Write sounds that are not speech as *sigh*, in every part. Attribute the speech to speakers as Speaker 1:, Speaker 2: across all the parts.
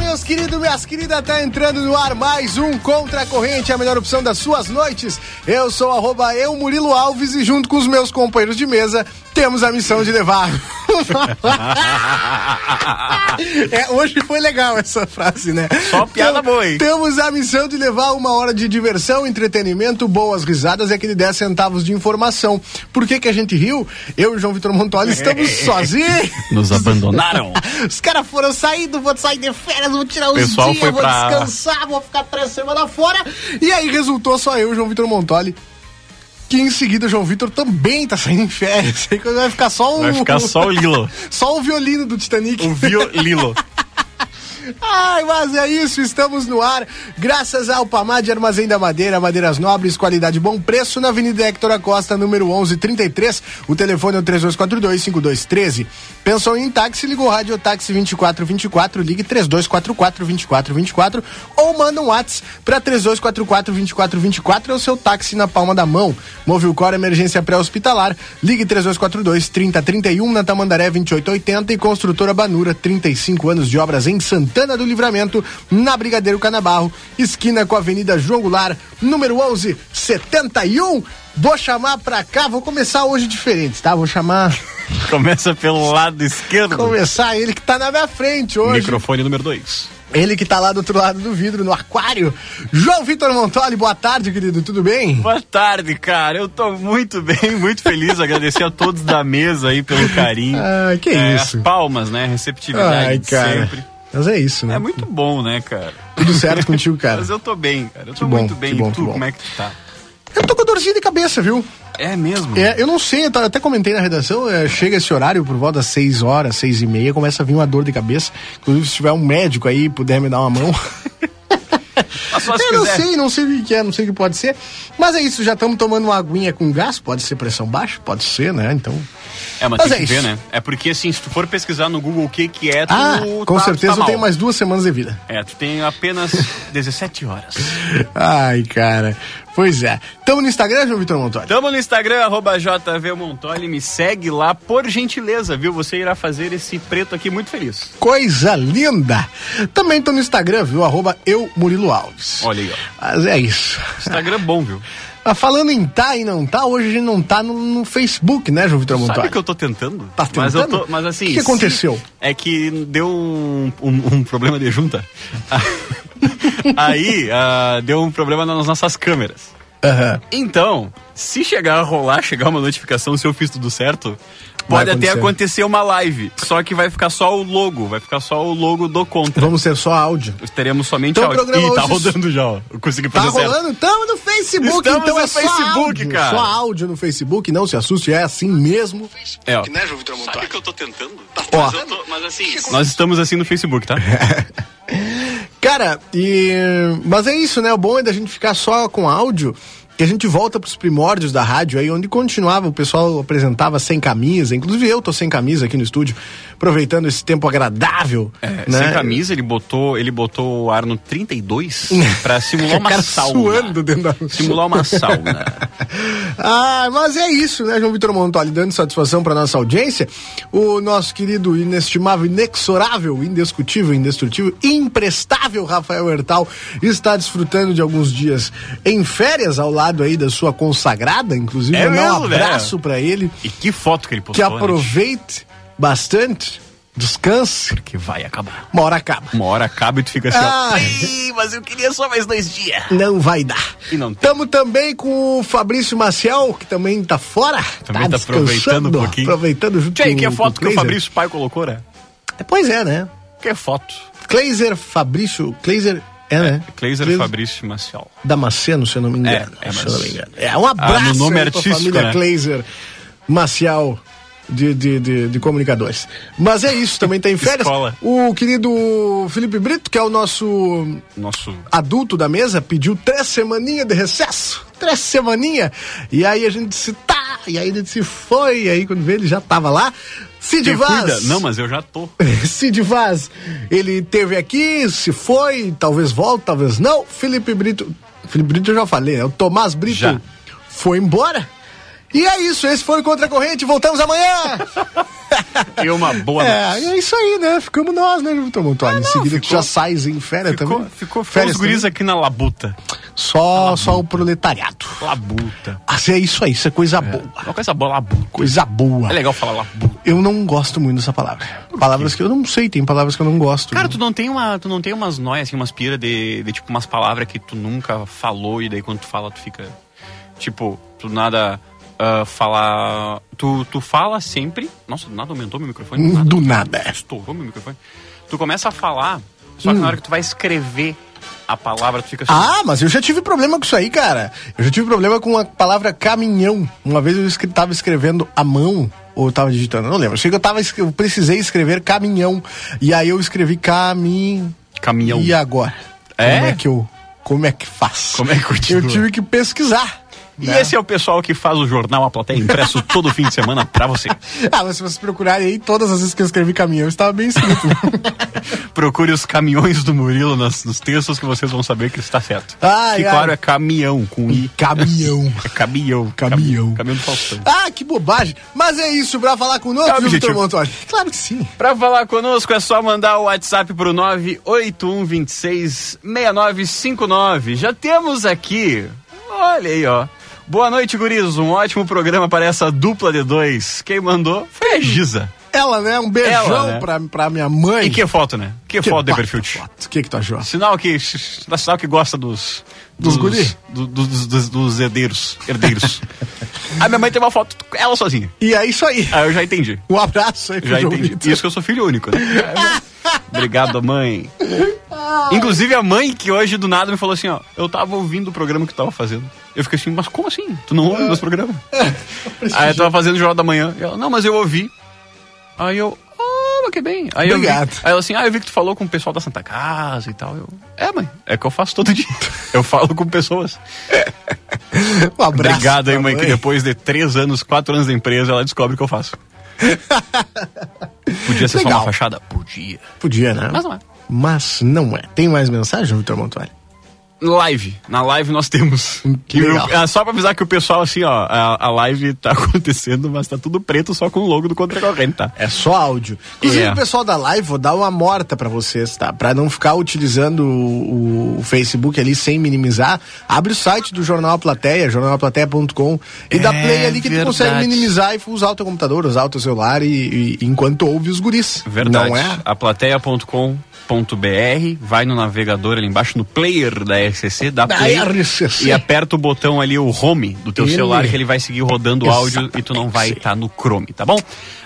Speaker 1: Meus queridos, minhas queridas, tá entrando no ar mais um Contra a Corrente, a melhor opção das suas noites. Eu sou arroba eu, Murilo Alves, e junto com os meus companheiros de mesa, temos a missão de levar. *laughs* É, hoje foi legal essa frase, né?
Speaker 2: Só piada boa, hein?
Speaker 1: Temos a missão de levar uma hora de diversão, entretenimento, boas risadas e aquele 10 centavos de informação. Por que que a gente riu? Eu e o João Vitor
Speaker 2: *laughs*
Speaker 1: Montoli estamos sozinhos.
Speaker 3: Nos abandonaram.
Speaker 1: Os caras foram saindo, vou sair de férias, vou tirar uns
Speaker 2: Pessoal
Speaker 1: dias,
Speaker 2: foi
Speaker 1: vou
Speaker 2: pra-
Speaker 1: descansar, vou ficar três semanas fora. E aí resultou só eu, João Vitor Montoli. Que em seguida o João Vitor também tá saindo em férias. *laughs* Aí quando vai ficar só o.
Speaker 2: Vai ficar só o Lilo.
Speaker 1: *laughs* só o violino do Titanic.
Speaker 2: O violilo.
Speaker 1: Ai, mas é isso, estamos no ar. Graças ao Pamad Armazém da Madeira, Madeiras Nobres, qualidade bom preço, na Avenida Hector Acosta, número 1133. O telefone é o 3242-5213. Pensou em táxi, liga o rádio táxi 2424, ligue 3244-2424 ou manda um WhatsApp para 3244-2424, é o seu táxi na palma da mão. Movilcor Emergência Pré-Hospitalar, ligue 3242-3031 na Tamandaré 2880 e Construtora Banura, 35 anos de obras em Santana do Livramento, na Brigadeiro Canabarro, esquina com a Avenida João Goulart, número 1171. Vou chamar pra cá, vou começar hoje diferente, tá? Vou
Speaker 2: *laughs*
Speaker 1: chamar,
Speaker 2: Começa pelo lado esquerdo.
Speaker 1: começar ele que tá na minha frente hoje.
Speaker 3: Microfone número 2.
Speaker 1: Ele que tá lá do outro lado do vidro, no aquário. João Vitor Montoli, boa tarde, querido, tudo bem?
Speaker 2: Boa tarde, cara. Eu tô muito bem, muito feliz. Agradecer a todos da mesa aí pelo carinho.
Speaker 1: Ah, que isso.
Speaker 2: As palmas, né? Receptividade
Speaker 1: Ai,
Speaker 2: de
Speaker 1: cara.
Speaker 2: sempre.
Speaker 1: Mas é isso, né?
Speaker 2: É muito bom, né, cara?
Speaker 1: Tudo certo contigo, cara.
Speaker 2: Mas eu tô bem, cara. Eu tô
Speaker 1: Que bom,
Speaker 2: muito bem.
Speaker 1: que bom,
Speaker 2: e
Speaker 1: que
Speaker 2: tu,
Speaker 1: bom.
Speaker 2: como é que tu tá?
Speaker 1: Eu tô com dorzinha de cabeça, viu?
Speaker 2: É mesmo?
Speaker 1: É, eu não sei, eu ta- até comentei na redação, é, chega esse horário por volta das 6 horas, seis e meia, começa a vir uma dor de cabeça. Inclusive, se tiver um médico aí e puder me dar uma mão.
Speaker 2: Mas *laughs* só se
Speaker 1: eu não
Speaker 2: quiser.
Speaker 1: sei, não sei o que que é, não sei o que pode ser. Mas é isso, já estamos tomando uma aguinha com gás, pode ser pressão baixa, pode ser, né? Então.
Speaker 2: É, mas,
Speaker 1: Mas
Speaker 2: tem
Speaker 1: é
Speaker 2: que ver,
Speaker 1: isso.
Speaker 2: né? É porque, assim, se tu for pesquisar no Google o que que é, tu
Speaker 1: Ah, com
Speaker 2: tá- tu
Speaker 1: certeza
Speaker 2: tá
Speaker 1: eu tenho
Speaker 2: mal.
Speaker 1: mais duas semanas de vida.
Speaker 2: É, tu tem apenas *laughs* 17 horas.
Speaker 1: Ai, cara. Pois é. Tamo no Instagram, João Vitor Montori?
Speaker 2: Tamo no Instagram, arroba JVMontoli, me segue lá, por gentileza, viu? Você irá fazer esse preto aqui muito feliz.
Speaker 1: Coisa linda! Também tô no Instagram, viu? Arroba eu, Murilo Alves.
Speaker 2: Olha aí, ó.
Speaker 1: Mas é isso.
Speaker 2: Instagram bom, viu?
Speaker 1: Mas falando em tá e não tá, hoje a gente não tá no, no Facebook, né, João Vitor
Speaker 2: Sabe
Speaker 1: Montori?
Speaker 2: que eu tô tentando?
Speaker 1: Tá
Speaker 2: Mas, eu tô,
Speaker 1: tentando?
Speaker 2: mas assim...
Speaker 1: O que que
Speaker 2: se-
Speaker 1: aconteceu?
Speaker 2: É que deu um, um- um problema de junta. *laughs* Aí, ah, deu um problema nas nossas câmeras.
Speaker 1: Aham.
Speaker 2: Então, se chegar a rolar, chegar uma notificação se eu fiz tudo certo,
Speaker 1: Vai
Speaker 2: pode até
Speaker 1: acontecer.
Speaker 2: acontecer uma live. Só que vai ficar só o logo, vai ficar só o logo do contra.
Speaker 1: Vamos ser só áudio.
Speaker 2: Teremos somente
Speaker 1: Então, o
Speaker 2: áudio.
Speaker 1: programa
Speaker 2: Ih, tá
Speaker 1: hoje-
Speaker 2: rodando já, ó. Eu consegui
Speaker 1: Tá
Speaker 2: fazer certo.
Speaker 1: rolando? Tamo no Facebook,
Speaker 2: Estamos
Speaker 1: então
Speaker 2: no
Speaker 1: é só
Speaker 2: Facebook,
Speaker 1: áudio.
Speaker 2: cara.
Speaker 1: Só áudio no Facebook, não se assuste, é assim mesmo.
Speaker 2: É, ó.
Speaker 1: Né, João Vitor Montori?
Speaker 2: eu tô tentando? Tá
Speaker 1: Ó.
Speaker 2: mas, assim... Nós estamos assim no
Speaker 1: *laughs*
Speaker 2: Facebook, tá?
Speaker 1: Cara, e. Mas é isso, né? O bom é da gente ficar só com áudio. Que a gente volta pros primórdios da rádio aí, onde continuava, o pessoal apresentava sem camisa, inclusive eu tô sem camisa aqui no estúdio, aproveitando esse tempo agradável.
Speaker 2: É,
Speaker 1: né? *laughs*
Speaker 2: Sem camisa, ele botou, ele botou o ar no 32 pra simular uma
Speaker 1: Cara
Speaker 2: sauna.
Speaker 1: suando dentro da.
Speaker 2: Simular
Speaker 1: *laughs*
Speaker 2: uma sauna.
Speaker 1: Ah, mas é isso, né, João Vitor Montoli, dando satisfação para nossa audiência. O nosso querido, inestimável, inexorável, indiscutível, indestrutível, imprestável Rafael Hertal está desfrutando de alguns dias em férias ao lado aí da sua consagrada, inclusive.
Speaker 2: É
Speaker 1: Mandar um
Speaker 2: mesmo, né?
Speaker 1: abraço para ele,
Speaker 2: E que foto que ele
Speaker 1: que
Speaker 2: postou, né,
Speaker 1: aproveite bastante, descanse,
Speaker 2: bicho? Que vai acabar.
Speaker 1: uma hora acaba.
Speaker 2: Uma hora acaba e tu fica assim, ó.
Speaker 1: Ah.
Speaker 2: Ei, mas eu queria só mais dois dias.
Speaker 1: Não vai dar.
Speaker 2: E não tem.
Speaker 1: Tamo também com o Fabrício Maciel, que também tá fora.
Speaker 2: Também tá
Speaker 1: descansando,
Speaker 2: aproveitando um pouquinho.
Speaker 1: Aproveitando junto
Speaker 2: Tchê, que
Speaker 1: com-
Speaker 2: é foto
Speaker 1: com
Speaker 2: que o
Speaker 1: Kleiser.
Speaker 2: Fabrício Pai colocou, né?
Speaker 1: Pois é, né?
Speaker 2: Que é foto.
Speaker 1: Kleiser Fabrício. Kleiser. É, né?
Speaker 2: Kleiser
Speaker 1: Kleiser
Speaker 2: Fabrício Maciel.
Speaker 1: Damasceno, se eu não me engano.
Speaker 2: É, é,
Speaker 1: se eu
Speaker 2: mas-
Speaker 1: não me engano. É, um abraço
Speaker 2: no nome
Speaker 1: aí pra
Speaker 2: artístico,
Speaker 1: família
Speaker 2: né?
Speaker 1: Kleiser Maciel. De, de, de, de comunicadores. Mas é isso, também tem férias.
Speaker 2: Escola.
Speaker 1: O querido Felipe Brito, que é o nosso
Speaker 2: Nosso.
Speaker 1: adulto da mesa pediu três semaninhas de recesso. Três semaninhas. E aí a gente se tá, e aí a gente se foi, e aí quando vê ele já tava lá. Cid
Speaker 2: Quem cuida?
Speaker 1: Vaz.
Speaker 2: Não, mas eu já tô.
Speaker 1: *laughs* Cid Vaz, ele teve aqui, se foi, talvez volte, talvez não. Felipe Brito, Felipe Brito eu já falei, né? O Tomás Brito
Speaker 2: Já.
Speaker 1: foi embora. E é isso, esse foi o Contra a Corrente, voltamos amanhã!
Speaker 2: e uma *laughs* boa
Speaker 1: É,
Speaker 2: noite.
Speaker 1: é isso aí, né? Ficamos nós, né, Vitor Montoli? em seguida que
Speaker 2: Ah, ficou-
Speaker 1: já sai em férias
Speaker 2: Ficou,
Speaker 1: também.
Speaker 2: ficou, ficou os guris
Speaker 1: também.
Speaker 2: aqui na labuta.
Speaker 1: Só, só o proletariado.
Speaker 2: Labuta.
Speaker 1: Assim, é isso aí, isso é coisa boa.
Speaker 2: Olha com essa bola labuta.
Speaker 1: Coisa boa.
Speaker 2: É legal falar labuta.
Speaker 1: Eu não gosto muito dessa palavra. Palavras que eu não sei, tem palavras que eu não gosto.
Speaker 2: Cara, tu não tem uma, tu não tem umas noias assim, umas pira de, de tipo umas palavras que tu nunca falou e daí quando tu fala tu fica tipo, tu nada ah, falar, tu tu fala sempre. Nossa, do nada aumentou meu microfone, do nada
Speaker 1: Do nada. Hum.
Speaker 2: estourou meu microfone. Tu começa a falar, só que na hora que tu vai escrever a palavra tu fica assim,
Speaker 1: Ah, mas eu já tive problema com isso aí, cara. Eu já tive problema com a palavra caminhão. Uma vez eu escre- tava escrevendo à mão, ou eu tava digitando, não lembro. Eu sei que eu, tava, es- eu precisei escrever caminhão. E aí eu escrevi caminho.
Speaker 2: caminhão.
Speaker 1: E agora?
Speaker 2: É?
Speaker 1: Como é que eu. Como é que faço?
Speaker 2: Como é que continua?
Speaker 1: Eu tive que pesquisar.
Speaker 2: E
Speaker 1: né?
Speaker 2: esse é o pessoal que faz o jornal A Plateia impresso todo fim de semana
Speaker 1: *laughs*
Speaker 2: pra você.
Speaker 1: Ah, mas se vocês procurarem aí, todas as vezes que eu escrevi caminhão, estava bem escrito.
Speaker 2: *laughs* Procure os caminhões do Murilo nas- nos textos que vocês vão saber que está certo.
Speaker 1: Ai,
Speaker 2: que
Speaker 1: ai.
Speaker 2: claro é caminhão com i.
Speaker 1: caminhão.
Speaker 2: É caminhão.
Speaker 1: Caminhão.
Speaker 2: Caminhão do Faustão.
Speaker 1: Ah, que bobagem. Mas é isso, pra falar conosco,
Speaker 2: É o
Speaker 1: viu, Vitor
Speaker 2: objetivo.
Speaker 1: Montoni? Claro que sim.
Speaker 2: Pra falar conosco é só mandar o WhatsApp pro 981266959. Já temos aqui. Olha aí, ó. Boa noite, guris. Um ótimo programa para essa dupla de dois. Quem mandou foi a Giza.
Speaker 1: Ela, né? Um beijão
Speaker 2: Ela, né?
Speaker 1: pra, pra minha mãe.
Speaker 2: E que foto, né? Que, foto de
Speaker 1: baita
Speaker 2: perfil.
Speaker 1: foto. Que tá, que tu achou?
Speaker 2: Sinal que, sinal que gosta dos.
Speaker 1: Dos guri?
Speaker 2: do- do- dos, dos- dos herdeiros. Herdeiros. a minha mãe tem uma foto, ela sozinha.
Speaker 1: E é isso aí.
Speaker 2: Aí eu já entendi.
Speaker 1: Um abraço aí pro
Speaker 2: Já
Speaker 1: João
Speaker 2: entendi.
Speaker 1: Vitor.
Speaker 2: Isso que eu sou filho único,
Speaker 1: *laughs*
Speaker 2: né? Obrigado, mãe.
Speaker 1: Ah.
Speaker 2: Inclusive a mãe que hoje do nada me falou assim, ó, eu tava ouvindo o programa que tu tava fazendo. Eu fiquei assim, mas como assim? Tu não ouve meus programas?
Speaker 1: *laughs*
Speaker 2: Aí eu tava fazendo o Jornal da Manhã. E ela, não, mas eu ouvi. Aí eu, ah, mas que bem. Aí eu vi-
Speaker 1: Obrigado.
Speaker 2: aí ela assim, ah, eu vi que tu falou com o pessoal da Santa Casa e tal. Eu, é, mãe, é que eu faço todo dia. *laughs* Eu falo com pessoas.
Speaker 1: Um abraço.
Speaker 2: Ah, Obrigado aí,
Speaker 1: pra
Speaker 2: mãe, que depois de três anos, quatro anos da empresa, ela descobre o que
Speaker 1: *laughs*
Speaker 2: eu faço. Podia ser só
Speaker 1: Legal.
Speaker 2: uma fachada? Podia.
Speaker 1: Podia, né?
Speaker 2: Mas não é.
Speaker 1: Mas não é. Tem mais mensagem, Vitor Montoni?
Speaker 2: Live. Na live nós temos.
Speaker 1: Que
Speaker 2: E o-
Speaker 1: legal.
Speaker 2: é só pra avisar que o pessoal, assim, ó, a, a live tá *laughs* acontecendo, mas tá tudo preto, só com o logo do Contra Corrente, tá?
Speaker 1: É só áudio. Inclusive,
Speaker 2: É.
Speaker 1: o pessoal da live, vou dar uma morta pra vocês, tá? Pra não ficar utilizando o, o Facebook ali sem minimizar, abre o site do Jornal A Plateia, jornalaplateia.com, e dá
Speaker 2: É
Speaker 1: play ali que tu consegue
Speaker 2: verdade.
Speaker 1: minimizar e usar o teu computador, usar o teu celular e, e- enquanto ouve os guris.
Speaker 2: Verdade.
Speaker 1: Não é?
Speaker 2: A plateia.com.br, vai no navegador ali embaixo, no player da RCC, dá
Speaker 1: Da
Speaker 2: play
Speaker 1: RCC.
Speaker 2: e aperta o botão ali, o home do teu
Speaker 1: Ele.
Speaker 2: celular, que ele vai seguir rodando o áudio e tu não vai estar no Chrome, tá bom?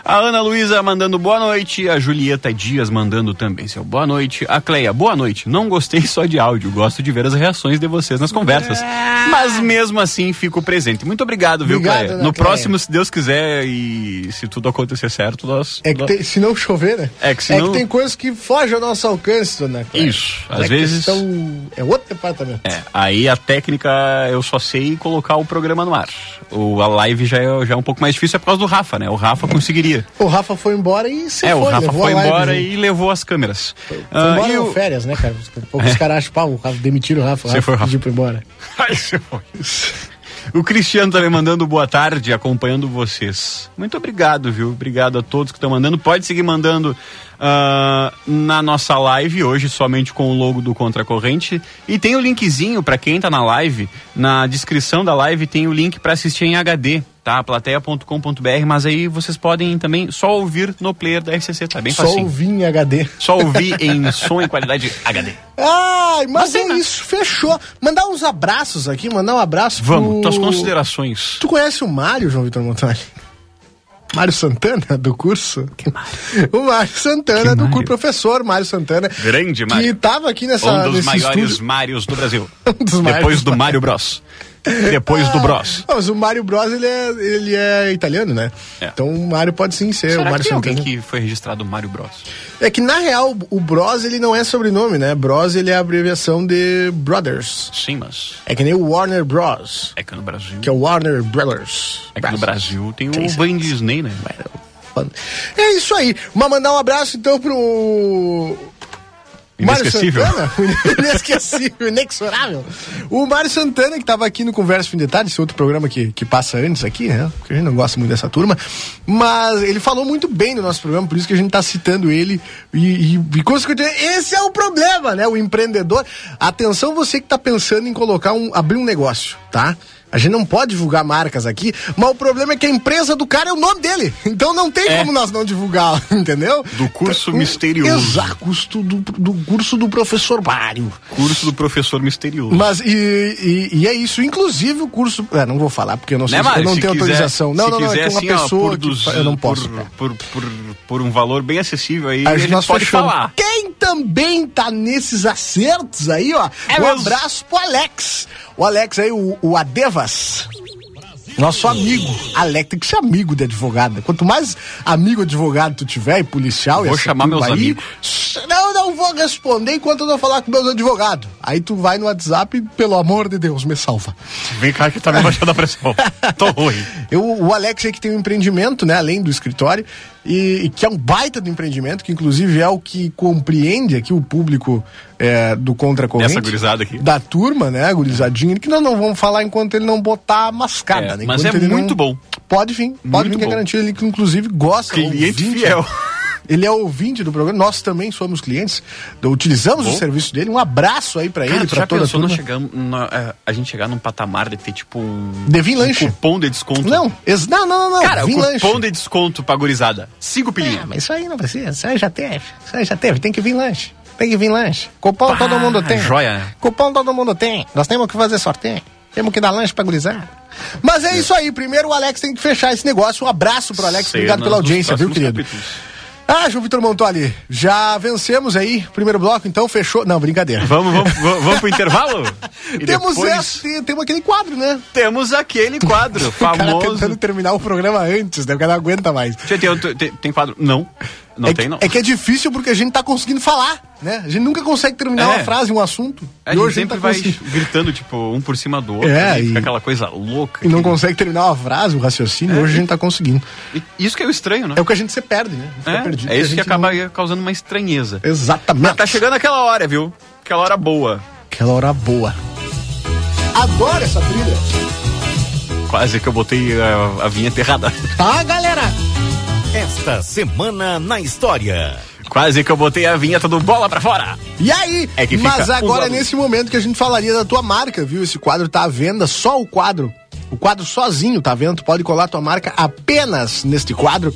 Speaker 2: A Ana Luísa mandando boa noite, a Julieta Dias mandando também seu boa noite, a Cleia, boa noite. Não gostei só de áudio, gosto de ver as reações de vocês nas conversas, mas mesmo assim fico presente. Muito obrigado, viu,
Speaker 1: Ah. Obrigado,
Speaker 2: Cleia?
Speaker 1: Ana
Speaker 2: No
Speaker 1: Cleia.
Speaker 2: próximo, se Deus quiser e se tudo acontecer certo, nós.
Speaker 1: É que
Speaker 2: nós-
Speaker 1: tem- se não chover, né?
Speaker 2: É que se não-
Speaker 1: tem coisas que fogem ao nosso alcance, dona Clara.
Speaker 2: Isso, às
Speaker 1: É
Speaker 2: vezes-
Speaker 1: questão- É outro departamento.
Speaker 2: É, aí a técnica eu só sei colocar o programa no ar. O, a live já é, já é um pouco mais difícil, é por causa do Rafa, né? O Rafa conseguiria.
Speaker 1: O Rafa foi embora e se
Speaker 2: é,
Speaker 1: foi.
Speaker 2: o Rafa
Speaker 1: levou a
Speaker 2: foi
Speaker 1: live
Speaker 2: embora
Speaker 1: junto.
Speaker 2: e levou as câmeras.
Speaker 1: Foi
Speaker 2: Ah,
Speaker 1: embora
Speaker 2: e
Speaker 1: não,
Speaker 2: o...
Speaker 1: férias, né, cara? Os, os caras acham, pau, o Rafa, demitiram o Rafa. o
Speaker 2: Você
Speaker 1: Rafa
Speaker 2: foi o Rafa.
Speaker 1: pediu pra ir embora.
Speaker 2: Ai, você foi. O Cristiano tá me mandando boa tarde, acompanhando vocês. Muito obrigado, viu? Obrigado a todos que estão mandando. Pode seguir mandando ah, na nossa live hoje, somente com o logo do Contra Corrente. E tem o linkzinho para quem tá na live. Na descrição da live tem o link para assistir em HD, tá? Plateia.com.br. Mas aí vocês podem também só ouvir no player da RCC, tá bem
Speaker 1: Só
Speaker 2: facinho.
Speaker 1: ouvir em HD.
Speaker 2: Só ouvir em som e qualidade HD.
Speaker 1: Ai, mas
Speaker 2: Mas tem,
Speaker 1: é
Speaker 2: né?
Speaker 1: isso, fechou. Mandar uns abraços aqui, mandar um abraço
Speaker 2: Vamos,
Speaker 1: pro...
Speaker 2: tuas considerações.
Speaker 1: Tu conhece o Mário, João Vitor Montoni? Mário Santana, do curso? O Mário Santana,
Speaker 2: Que
Speaker 1: do
Speaker 2: Mário?
Speaker 1: curso, professor Mário Santana.
Speaker 2: Grande
Speaker 1: Que
Speaker 2: Mário.
Speaker 1: tava aqui nessa,
Speaker 2: um dos
Speaker 1: nesse
Speaker 2: maiores
Speaker 1: estúdio.
Speaker 2: Marios do Brasil.
Speaker 1: *laughs* Um dos maiores
Speaker 2: Depois do Mario Bros. Depois do Bros.
Speaker 1: Ah, mas o Mário Bros, ele é, ele é italiano, né?
Speaker 2: É.
Speaker 1: Então o Mário pode sim ser o
Speaker 2: Será
Speaker 1: Mário
Speaker 2: que tem alguém
Speaker 1: Santana.
Speaker 2: que foi registrado Mario Bros?
Speaker 1: É que na real o Bros ele não é sobrenome, né? Bros ele é a abreviação de Brothers.
Speaker 2: Sim, mas
Speaker 1: É que nem o Warner Bros,
Speaker 2: é que no Brasil.
Speaker 1: que é o Warner Brothers.
Speaker 2: É que no Brasil tem
Speaker 1: Tem
Speaker 2: o
Speaker 1: isso.
Speaker 2: Van Disney, né?
Speaker 1: É isso aí. Vamos mandar um abraço então pro
Speaker 2: Inesquecível.
Speaker 1: Mário Santana, *laughs* inesquecível, inexorável. O Mário Santana, que estava aqui no Conversa Fim de Tarde, esse outro programa que, que passa antes aqui, né? Porque a gente não gosta muito dessa turma. Mas ele falou muito bem do nosso programa, por isso que a gente está citando ele. E, e, e consequentemente, esse é o problema, né? O empreendedor. Atenção, você que está pensando em colocar um. abrir um negócio, tá? A gente não pode divulgar marcas aqui, mas o problema é que a empresa do cara é o nome dele. *laughs* Então não tem
Speaker 2: É.
Speaker 1: como nós não divulgar, *laughs* entendeu?
Speaker 2: Do curso
Speaker 1: Então,
Speaker 2: misterioso.
Speaker 1: Exato, custo do, do curso do professor Mário.
Speaker 2: Curso do professor misterioso.
Speaker 1: Mas, e, e- e é isso, inclusive o curso. É, não vou falar, porque eu não sei
Speaker 2: Né,
Speaker 1: se-
Speaker 2: Mário?
Speaker 1: eu não
Speaker 2: Se
Speaker 1: tenho
Speaker 2: quiser-
Speaker 1: autorização. Não,
Speaker 2: se
Speaker 1: não, não,
Speaker 2: quiser,
Speaker 1: é que uma
Speaker 2: assim, ó,
Speaker 1: pessoa.
Speaker 2: por
Speaker 1: que
Speaker 2: dos-
Speaker 1: fa- eu não posso.
Speaker 2: Por,
Speaker 1: cara.
Speaker 2: por, por, por um valor bem acessível aí,
Speaker 1: Aí
Speaker 2: a gente
Speaker 1: nós
Speaker 2: pode
Speaker 1: fechamos.
Speaker 2: falar.
Speaker 1: Quem também tá nesses acertos aí, ó.
Speaker 2: É
Speaker 1: um
Speaker 2: mesmo.
Speaker 1: abraço pro Alex. O Alex aí, o, o Adevas. Nosso amigo, Alex, tem que ser amigo de advogado. né? Quanto mais amigo advogado tu tiver, e policial, e
Speaker 2: Vou
Speaker 1: essa
Speaker 2: chamar
Speaker 1: turma
Speaker 2: meus amigos.
Speaker 1: Não, não vou responder enquanto eu não falar com meus advogados. Aí tu vai no WhatsApp e, pelo amor de Deus, me salva.
Speaker 2: Vem cá que tá me baixando a *laughs* pressão. Tô ruim.
Speaker 1: Eu, o Alex aí que tem um empreendimento, né, além do escritório, e, e que é um baita do empreendimento, que inclusive é o que compreende aqui o público é, do Contra Corrente.
Speaker 2: Dessa gurizada aqui.
Speaker 1: Da turma, né, gurizadinha, que nós não vamos falar enquanto ele não botar a mascada,
Speaker 2: É,
Speaker 1: né?
Speaker 2: mas
Speaker 1: enquanto
Speaker 2: é
Speaker 1: ele não-
Speaker 2: muito bom.
Speaker 1: Pode vir, pode
Speaker 2: Muito
Speaker 1: vir que é
Speaker 2: bom.
Speaker 1: garantido. Ele que inclusive gosta. é
Speaker 2: Cliente
Speaker 1: ouvinte,
Speaker 2: fiel.
Speaker 1: *laughs* Ele é ouvinte do programa, nós também somos clientes, utilizamos o
Speaker 2: Bom.
Speaker 1: serviço dele. Um abraço aí pra
Speaker 2: Cara,
Speaker 1: ele,
Speaker 2: tu
Speaker 1: pra
Speaker 2: já
Speaker 1: toda a
Speaker 2: pensou
Speaker 1: turma.
Speaker 2: nós chegamos, nó- é, a gente chegar num patamar de ter tipo um,
Speaker 1: Devin
Speaker 2: um
Speaker 1: Lanche.
Speaker 2: cupom de desconto?
Speaker 1: Não, ex- não, não, não, não.
Speaker 2: Cara,
Speaker 1: Vim
Speaker 2: o
Speaker 1: lanche.
Speaker 2: cupom de desconto pra gurizada. Cinco pilinhas.
Speaker 1: Ah, mas isso aí não precisa, isso aí já teve, isso aí já teve, tem que vir lanche. Tem que vir lanche. Cupom
Speaker 2: Pá,
Speaker 1: todo mundo tem.
Speaker 2: joia, né?
Speaker 1: Cupom todo mundo tem. Nós temos que fazer sorteio. Temos que dar lanche pra gurizar. Mas é isso aí. Primeiro o Alex tem que fechar esse negócio. Um abraço pro Alex. Obrigado
Speaker 2: Cenas
Speaker 1: pela
Speaker 2: dos
Speaker 1: audiência, viu,
Speaker 2: próximos
Speaker 1: querido?
Speaker 2: capítulos.
Speaker 1: Ah, João Vitor Montoli, já vencemos aí. Primeiro bloco, então fechou. Não, brincadeira.
Speaker 2: Vamos, vamos, vamos vamos pro intervalo? E
Speaker 1: temos
Speaker 2: depois
Speaker 1: esse, temos aquele quadro, né?
Speaker 2: Temos aquele
Speaker 1: *laughs*
Speaker 2: quadro
Speaker 1: O cara
Speaker 2: famoso.
Speaker 1: tentando terminar o programa antes, né? O cara não aguenta mais.
Speaker 2: Tchê, Tem, outro- tem, tem quadro? Não. Não
Speaker 1: é,
Speaker 2: tem,
Speaker 1: que-
Speaker 2: não.
Speaker 1: é que é difícil porque a gente tá conseguindo falar, né? A gente nunca consegue terminar
Speaker 2: É.
Speaker 1: uma frase, um assunto.
Speaker 2: A gente
Speaker 1: a gente tá
Speaker 2: sempre vai *laughs*
Speaker 1: conseguindo.
Speaker 2: gritando, tipo, um por cima do outro.
Speaker 1: É,
Speaker 2: e
Speaker 1: e-
Speaker 2: fica aquela coisa louca.
Speaker 1: E não
Speaker 2: que-
Speaker 1: consegue terminar uma frase, um raciocínio,
Speaker 2: É.
Speaker 1: hoje a gente tá conseguindo.
Speaker 2: E Isso que é o estranho, né?
Speaker 1: É o que a gente se perde, né? Fica
Speaker 2: É,
Speaker 1: perdido,
Speaker 2: é
Speaker 1: a
Speaker 2: isso que
Speaker 1: gente
Speaker 2: acaba causando uma estranheza.
Speaker 1: não- Exatamente.
Speaker 2: Tá chegando aquela hora, viu? Aquela hora boa.
Speaker 1: Aquela hora boa. Adoro essa trilha.
Speaker 2: Quase que eu botei a, a vinheta errada. *laughs*
Speaker 1: Tá, galera?
Speaker 4: Esta semana na história.
Speaker 2: Quase que eu botei a vinheta do bola pra fora.
Speaker 1: E aí?
Speaker 2: É que fica
Speaker 1: mas agora é
Speaker 2: usado.
Speaker 1: nesse momento que a gente falaria da tua marca, viu? Esse quadro tá à venda, só o quadro. O quadro sozinho, tá vendo? Tu pode colar tua marca apenas neste quadro.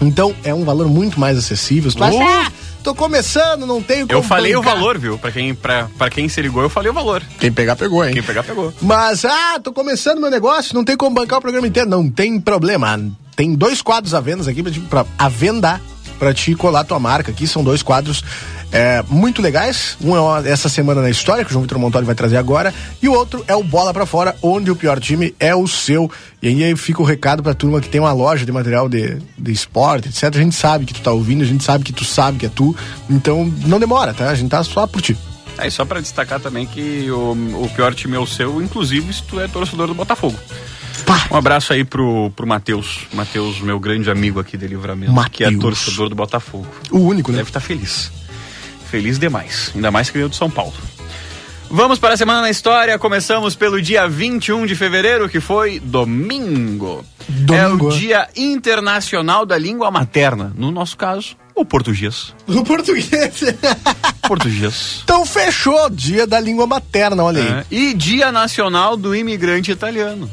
Speaker 1: Então é um valor muito mais acessível. Tu acha,
Speaker 2: Uh!
Speaker 1: "Ah, tô começando, não tenho como
Speaker 2: Eu falei o
Speaker 1: bancar."
Speaker 2: valor, viu? Pra quem, pra, pra quem se ligou, eu falei o valor.
Speaker 1: Quem pegar, pegou, hein?
Speaker 2: Quem pegar, pegou.
Speaker 1: Mas, ah, tô começando meu negócio, não tem como bancar o programa inteiro. Não tem problema. Tem dois quadros à venda aqui pra, ti- pra a venda pra te colar tua marca aqui. São dois quadros é, muito legais. Um é o- essa semana na história, que o João Vitor Montori vai trazer agora. E o outro é o Bola Pra Fora, onde o pior time é o seu. E aí, aí fica o recado pra turma que tem uma loja de material de, de esporte, etc. A gente sabe que tu tá ouvindo, a gente sabe que tu sabe que é tu. Então, não demora, tá? A gente tá só por ti.
Speaker 2: Aí só pra destacar também que o, o pior time é o seu, inclusive se tu é torcedor do Botafogo.
Speaker 1: Pá!
Speaker 2: Um abraço aí pro, pro Matheus. Matheus, meu grande amigo aqui de livramento, que é
Speaker 1: Matheus.
Speaker 2: torcedor do Botafogo.
Speaker 1: O único, né?
Speaker 2: Deve estar feliz. Feliz demais. Ainda mais que veio de São Paulo. Vamos para a Semana na História. Começamos pelo dia 21 de fevereiro, que foi domingo.
Speaker 1: Domingo.
Speaker 2: É o Dia Internacional da Língua Materna. No nosso caso,
Speaker 1: *laughs*
Speaker 2: o português.
Speaker 1: O português. *laughs*
Speaker 2: Português.
Speaker 1: Então fechou, dia da língua materna, olha aí.
Speaker 2: É. E Dia Nacional do Imigrante Italiano.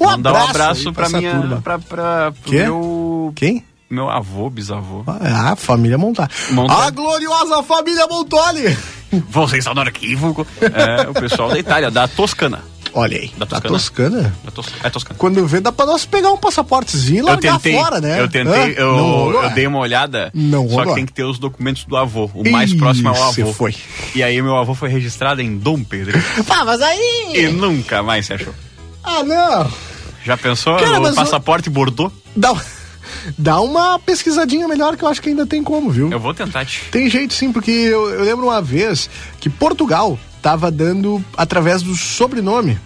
Speaker 1: Um
Speaker 2: Mandar
Speaker 1: abraço,
Speaker 2: um abraço
Speaker 1: aí
Speaker 2: pra
Speaker 1: essa
Speaker 2: minha.
Speaker 1: turma.
Speaker 2: Pra, pra, pro
Speaker 1: Quê?
Speaker 2: meu.
Speaker 1: Quem?
Speaker 2: Meu avô, bisavô.
Speaker 1: Ah, a família Montar.
Speaker 2: Montar.
Speaker 1: A gloriosa família Montoli.
Speaker 2: Vocês estão no arquivo. É, o pessoal da Itália, da Toscana.
Speaker 1: Olha aí,
Speaker 2: Da
Speaker 1: da Toscana.
Speaker 2: Toscana. Da Tos- é Toscana.
Speaker 1: Quando vê, dá pra nós pegar um passaportezinho e
Speaker 2: Eu
Speaker 1: largar
Speaker 2: tentei,
Speaker 1: fora, né?
Speaker 2: eu
Speaker 1: Hã?
Speaker 2: tentei,
Speaker 1: Não
Speaker 2: eu,
Speaker 1: rolou,
Speaker 2: eu
Speaker 1: é?
Speaker 2: dei uma olhada,
Speaker 1: Não
Speaker 2: só
Speaker 1: rolou.
Speaker 2: que tem que ter os documentos do avô. O mais
Speaker 1: Ih,
Speaker 2: próximo é o
Speaker 1: cê
Speaker 2: avô.
Speaker 1: foi.
Speaker 2: E aí meu avô foi registrado em
Speaker 1: *laughs*
Speaker 2: Dom Pedro
Speaker 1: Pá, Ah, mas aí...
Speaker 2: e nunca mais se achou.
Speaker 1: Ah, não.
Speaker 2: Já pensou
Speaker 1: Cara, mas
Speaker 2: no
Speaker 1: o-
Speaker 2: passaporte bordô?
Speaker 1: Dá, um- dá uma pesquisadinha melhor que eu acho que ainda tem como, viu?
Speaker 2: Eu vou tentar te.
Speaker 1: Tem jeito sim, porque eu, eu lembro uma vez que Portugal tava dando através do sobrenome.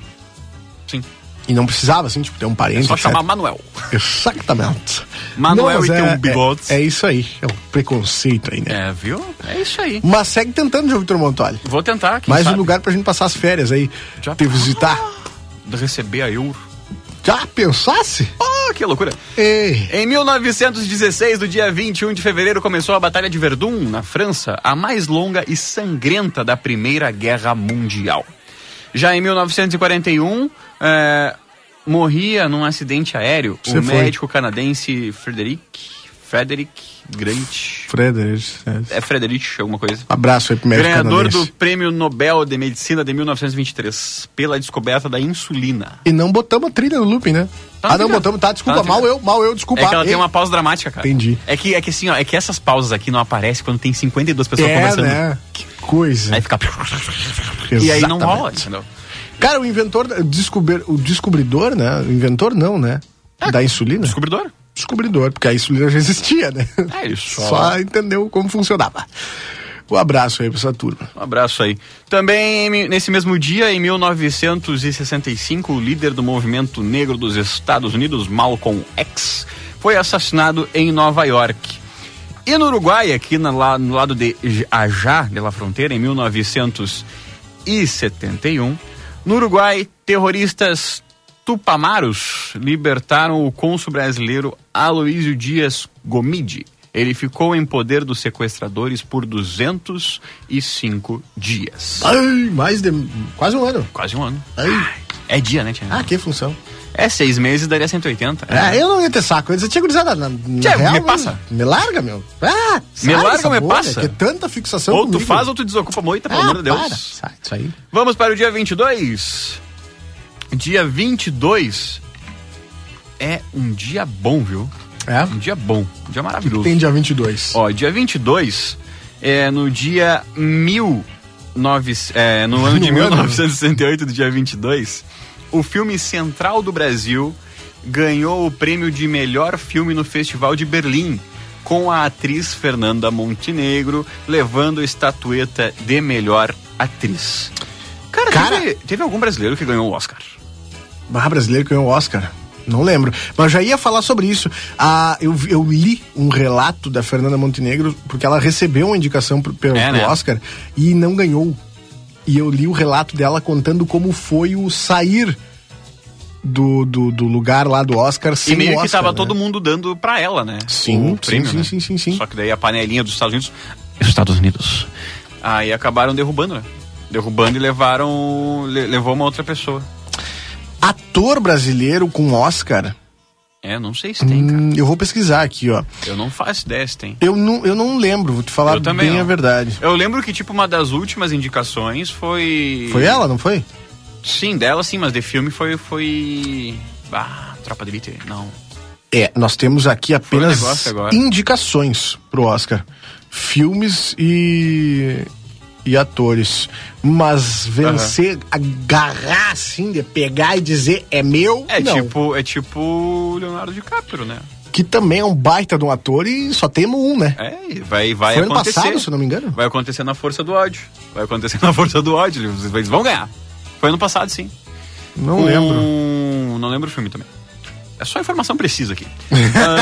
Speaker 2: Sim. É
Speaker 1: E não precisava, assim, tipo, ter um parente.
Speaker 2: Só
Speaker 1: etc.
Speaker 2: chamar Manuel.
Speaker 1: Exatamente.
Speaker 2: Manuel
Speaker 1: Não, mas
Speaker 2: e tem
Speaker 1: é-
Speaker 2: um bigode.
Speaker 1: É, é isso aí. É um preconceito aí, né?
Speaker 2: É, viu? É isso aí.
Speaker 1: Mas segue tentando, João Vitor Montoli.
Speaker 2: Vou tentar, quem
Speaker 1: Mais
Speaker 2: sabe?
Speaker 1: um lugar pra gente passar as férias aí.
Speaker 2: Já- tá.
Speaker 1: Te visitar.
Speaker 2: Receber a euro.
Speaker 1: Já pensasse?
Speaker 2: Oh, que loucura.
Speaker 1: Ei.
Speaker 2: Em 1916, no dia 21 de fevereiro, começou a Batalha de Verdun, na França, a mais longa e sangrenta da Primeira Guerra Mundial. Já em 1941, eh, morria num acidente aéreo
Speaker 1: Você
Speaker 2: o
Speaker 1: foi.
Speaker 2: médico canadense Frederick, Frederick Grant.
Speaker 1: Frederich.
Speaker 2: É Frederick, alguma coisa.
Speaker 1: Abraço aí pro médico
Speaker 2: Ganhador
Speaker 1: canadense.
Speaker 2: do Prêmio Nobel de Medicina de 1923 pela descoberta da insulina.
Speaker 1: E não botamos a trilha no looping, né?
Speaker 2: Tá na
Speaker 1: ah, não,
Speaker 2: trilha.
Speaker 1: botamos, tá, desculpa,
Speaker 2: Tá na
Speaker 1: mal
Speaker 2: trilha.
Speaker 1: eu, mal eu, desculpa.
Speaker 2: É que ela
Speaker 1: Ei.
Speaker 2: tem uma pausa dramática, cara.
Speaker 1: Entendi.
Speaker 2: É que, é que assim, ó, é que essas pausas aqui não aparecem quando tem 52 pessoas
Speaker 1: É,
Speaker 2: conversando.
Speaker 1: né? Que coisa.
Speaker 2: Aí fica. E aí não
Speaker 1: Exatamente.
Speaker 2: rola, entendeu?
Speaker 1: Cara, o inventor, descobrir, o descobridor, né? O inventor não, né?
Speaker 2: É.
Speaker 1: Da insulina?
Speaker 2: Descobridor.
Speaker 1: Descobridor, porque a insulina já existia, né?
Speaker 2: É isso.
Speaker 1: Só entendeu como funcionava. Um abraço aí pra essa turma.
Speaker 2: Um abraço aí. Também em mi- nesse mesmo dia, em 1965, o líder do movimento negro dos Estados Unidos, Malcolm X, foi assassinado em Nova York. E no Uruguai, aqui na, lá no lado de J- Ajá, de La Fronteira, em 1971, no Uruguai, terroristas tupamaros libertaram o cônsul brasileiro Aloysio Dias Gomide. Ele ficou em poder dos sequestradores por 205 dias.
Speaker 1: Ai, mais de. quase um ano.
Speaker 2: Quase um ano.
Speaker 1: Ai.
Speaker 2: É dia, né, Tia?
Speaker 1: Ah, que função.
Speaker 2: É seis meses, daria 180.
Speaker 1: Ah, eu não ia ter saco. Eu disse, tinha gurizada na, na
Speaker 2: Tchê,
Speaker 1: real.
Speaker 2: me
Speaker 1: né?
Speaker 2: passa.
Speaker 1: Me larga, meu. Ah, sai
Speaker 2: larga,
Speaker 1: dessa
Speaker 2: me
Speaker 1: bolha,
Speaker 2: passa.
Speaker 1: Que é tanta fixação.
Speaker 2: ou tu
Speaker 1: comigo.
Speaker 2: faz ou tu desocupa a moita, pelo
Speaker 1: ah,
Speaker 2: amor de Deus.
Speaker 1: Para. Sai, isso aí.
Speaker 2: Vamos para o dia 22. Dia 22 é um dia bom, viu?
Speaker 1: É?
Speaker 2: Um dia bom, um dia maravilhoso.
Speaker 1: Tem dia 22.
Speaker 2: Ó, dia 22 é no dia 19, é, no ano de
Speaker 1: No ano.
Speaker 2: 1968, do dia 22, o filme Central do Brasil ganhou o prêmio de melhor filme no Festival de Berlim, com a atriz Fernanda Montenegro levando a estatueta de melhor atriz. Cara,
Speaker 1: Cara-
Speaker 2: Teve, teve algum brasileiro que ganhou o Oscar?
Speaker 1: Barra brasileiro que ganhou o Oscar. Não lembro. Mas já ia falar sobre isso. Ah, eu, vi- eu li um relato da Fernanda Montenegro, porque ela recebeu uma indicação pro, pelo,
Speaker 2: É,
Speaker 1: pro
Speaker 2: né?
Speaker 1: Oscar e não ganhou. E eu li o relato dela contando como foi o sair do, do, do lugar lá do Oscar sem
Speaker 2: e meio
Speaker 1: o Oscar,
Speaker 2: que tava
Speaker 1: né?
Speaker 2: todo mundo dando pra ela, né?
Speaker 1: Sim,
Speaker 2: O prêmio,
Speaker 1: sim,
Speaker 2: né?
Speaker 1: sim, sim, sim, sim.
Speaker 2: Só que daí a panelinha dos Estados Unidos. Estados Unidos. Aí acabaram derrubando, né? Derrubando e levaram. le- levou uma outra pessoa.
Speaker 1: Ator brasileiro com Oscar.
Speaker 2: É, não sei se tem, cara.
Speaker 1: Hum, eu vou pesquisar aqui, ó.
Speaker 2: Eu não faço ideia se tem.
Speaker 1: Eu não, eu não lembro, vou te falar
Speaker 2: Eu também
Speaker 1: bem
Speaker 2: não.
Speaker 1: a verdade.
Speaker 2: Eu lembro que, tipo, uma das últimas indicações foi.
Speaker 1: Foi ela, não foi?
Speaker 2: Sim, dela sim, mas de filme foi. foi... Ah, Tropa de Elite. Não.
Speaker 1: É, nós temos aqui apenas
Speaker 2: um negócio agora.
Speaker 1: indicações pro Oscar. Filmes e e atores. Mas vencer, agarrar assim, de pegar e dizer é meu,
Speaker 2: É
Speaker 1: não.
Speaker 2: tipo. É tipo Leonardo DiCaprio, né?
Speaker 1: Que também é um baita de um ator e só temos um, né?
Speaker 2: É, e vai, vai
Speaker 1: Foi ano
Speaker 2: acontecer.
Speaker 1: passado, se eu não me engano.
Speaker 2: Vai acontecer na força do ódio. Vai acontecer *laughs* na força do ódio. Eles eles vão ganhar. Foi ano passado, sim.
Speaker 1: Não
Speaker 2: Com-
Speaker 1: lembro.
Speaker 2: Não lembro o filme também. É só informação precisa aqui. *laughs*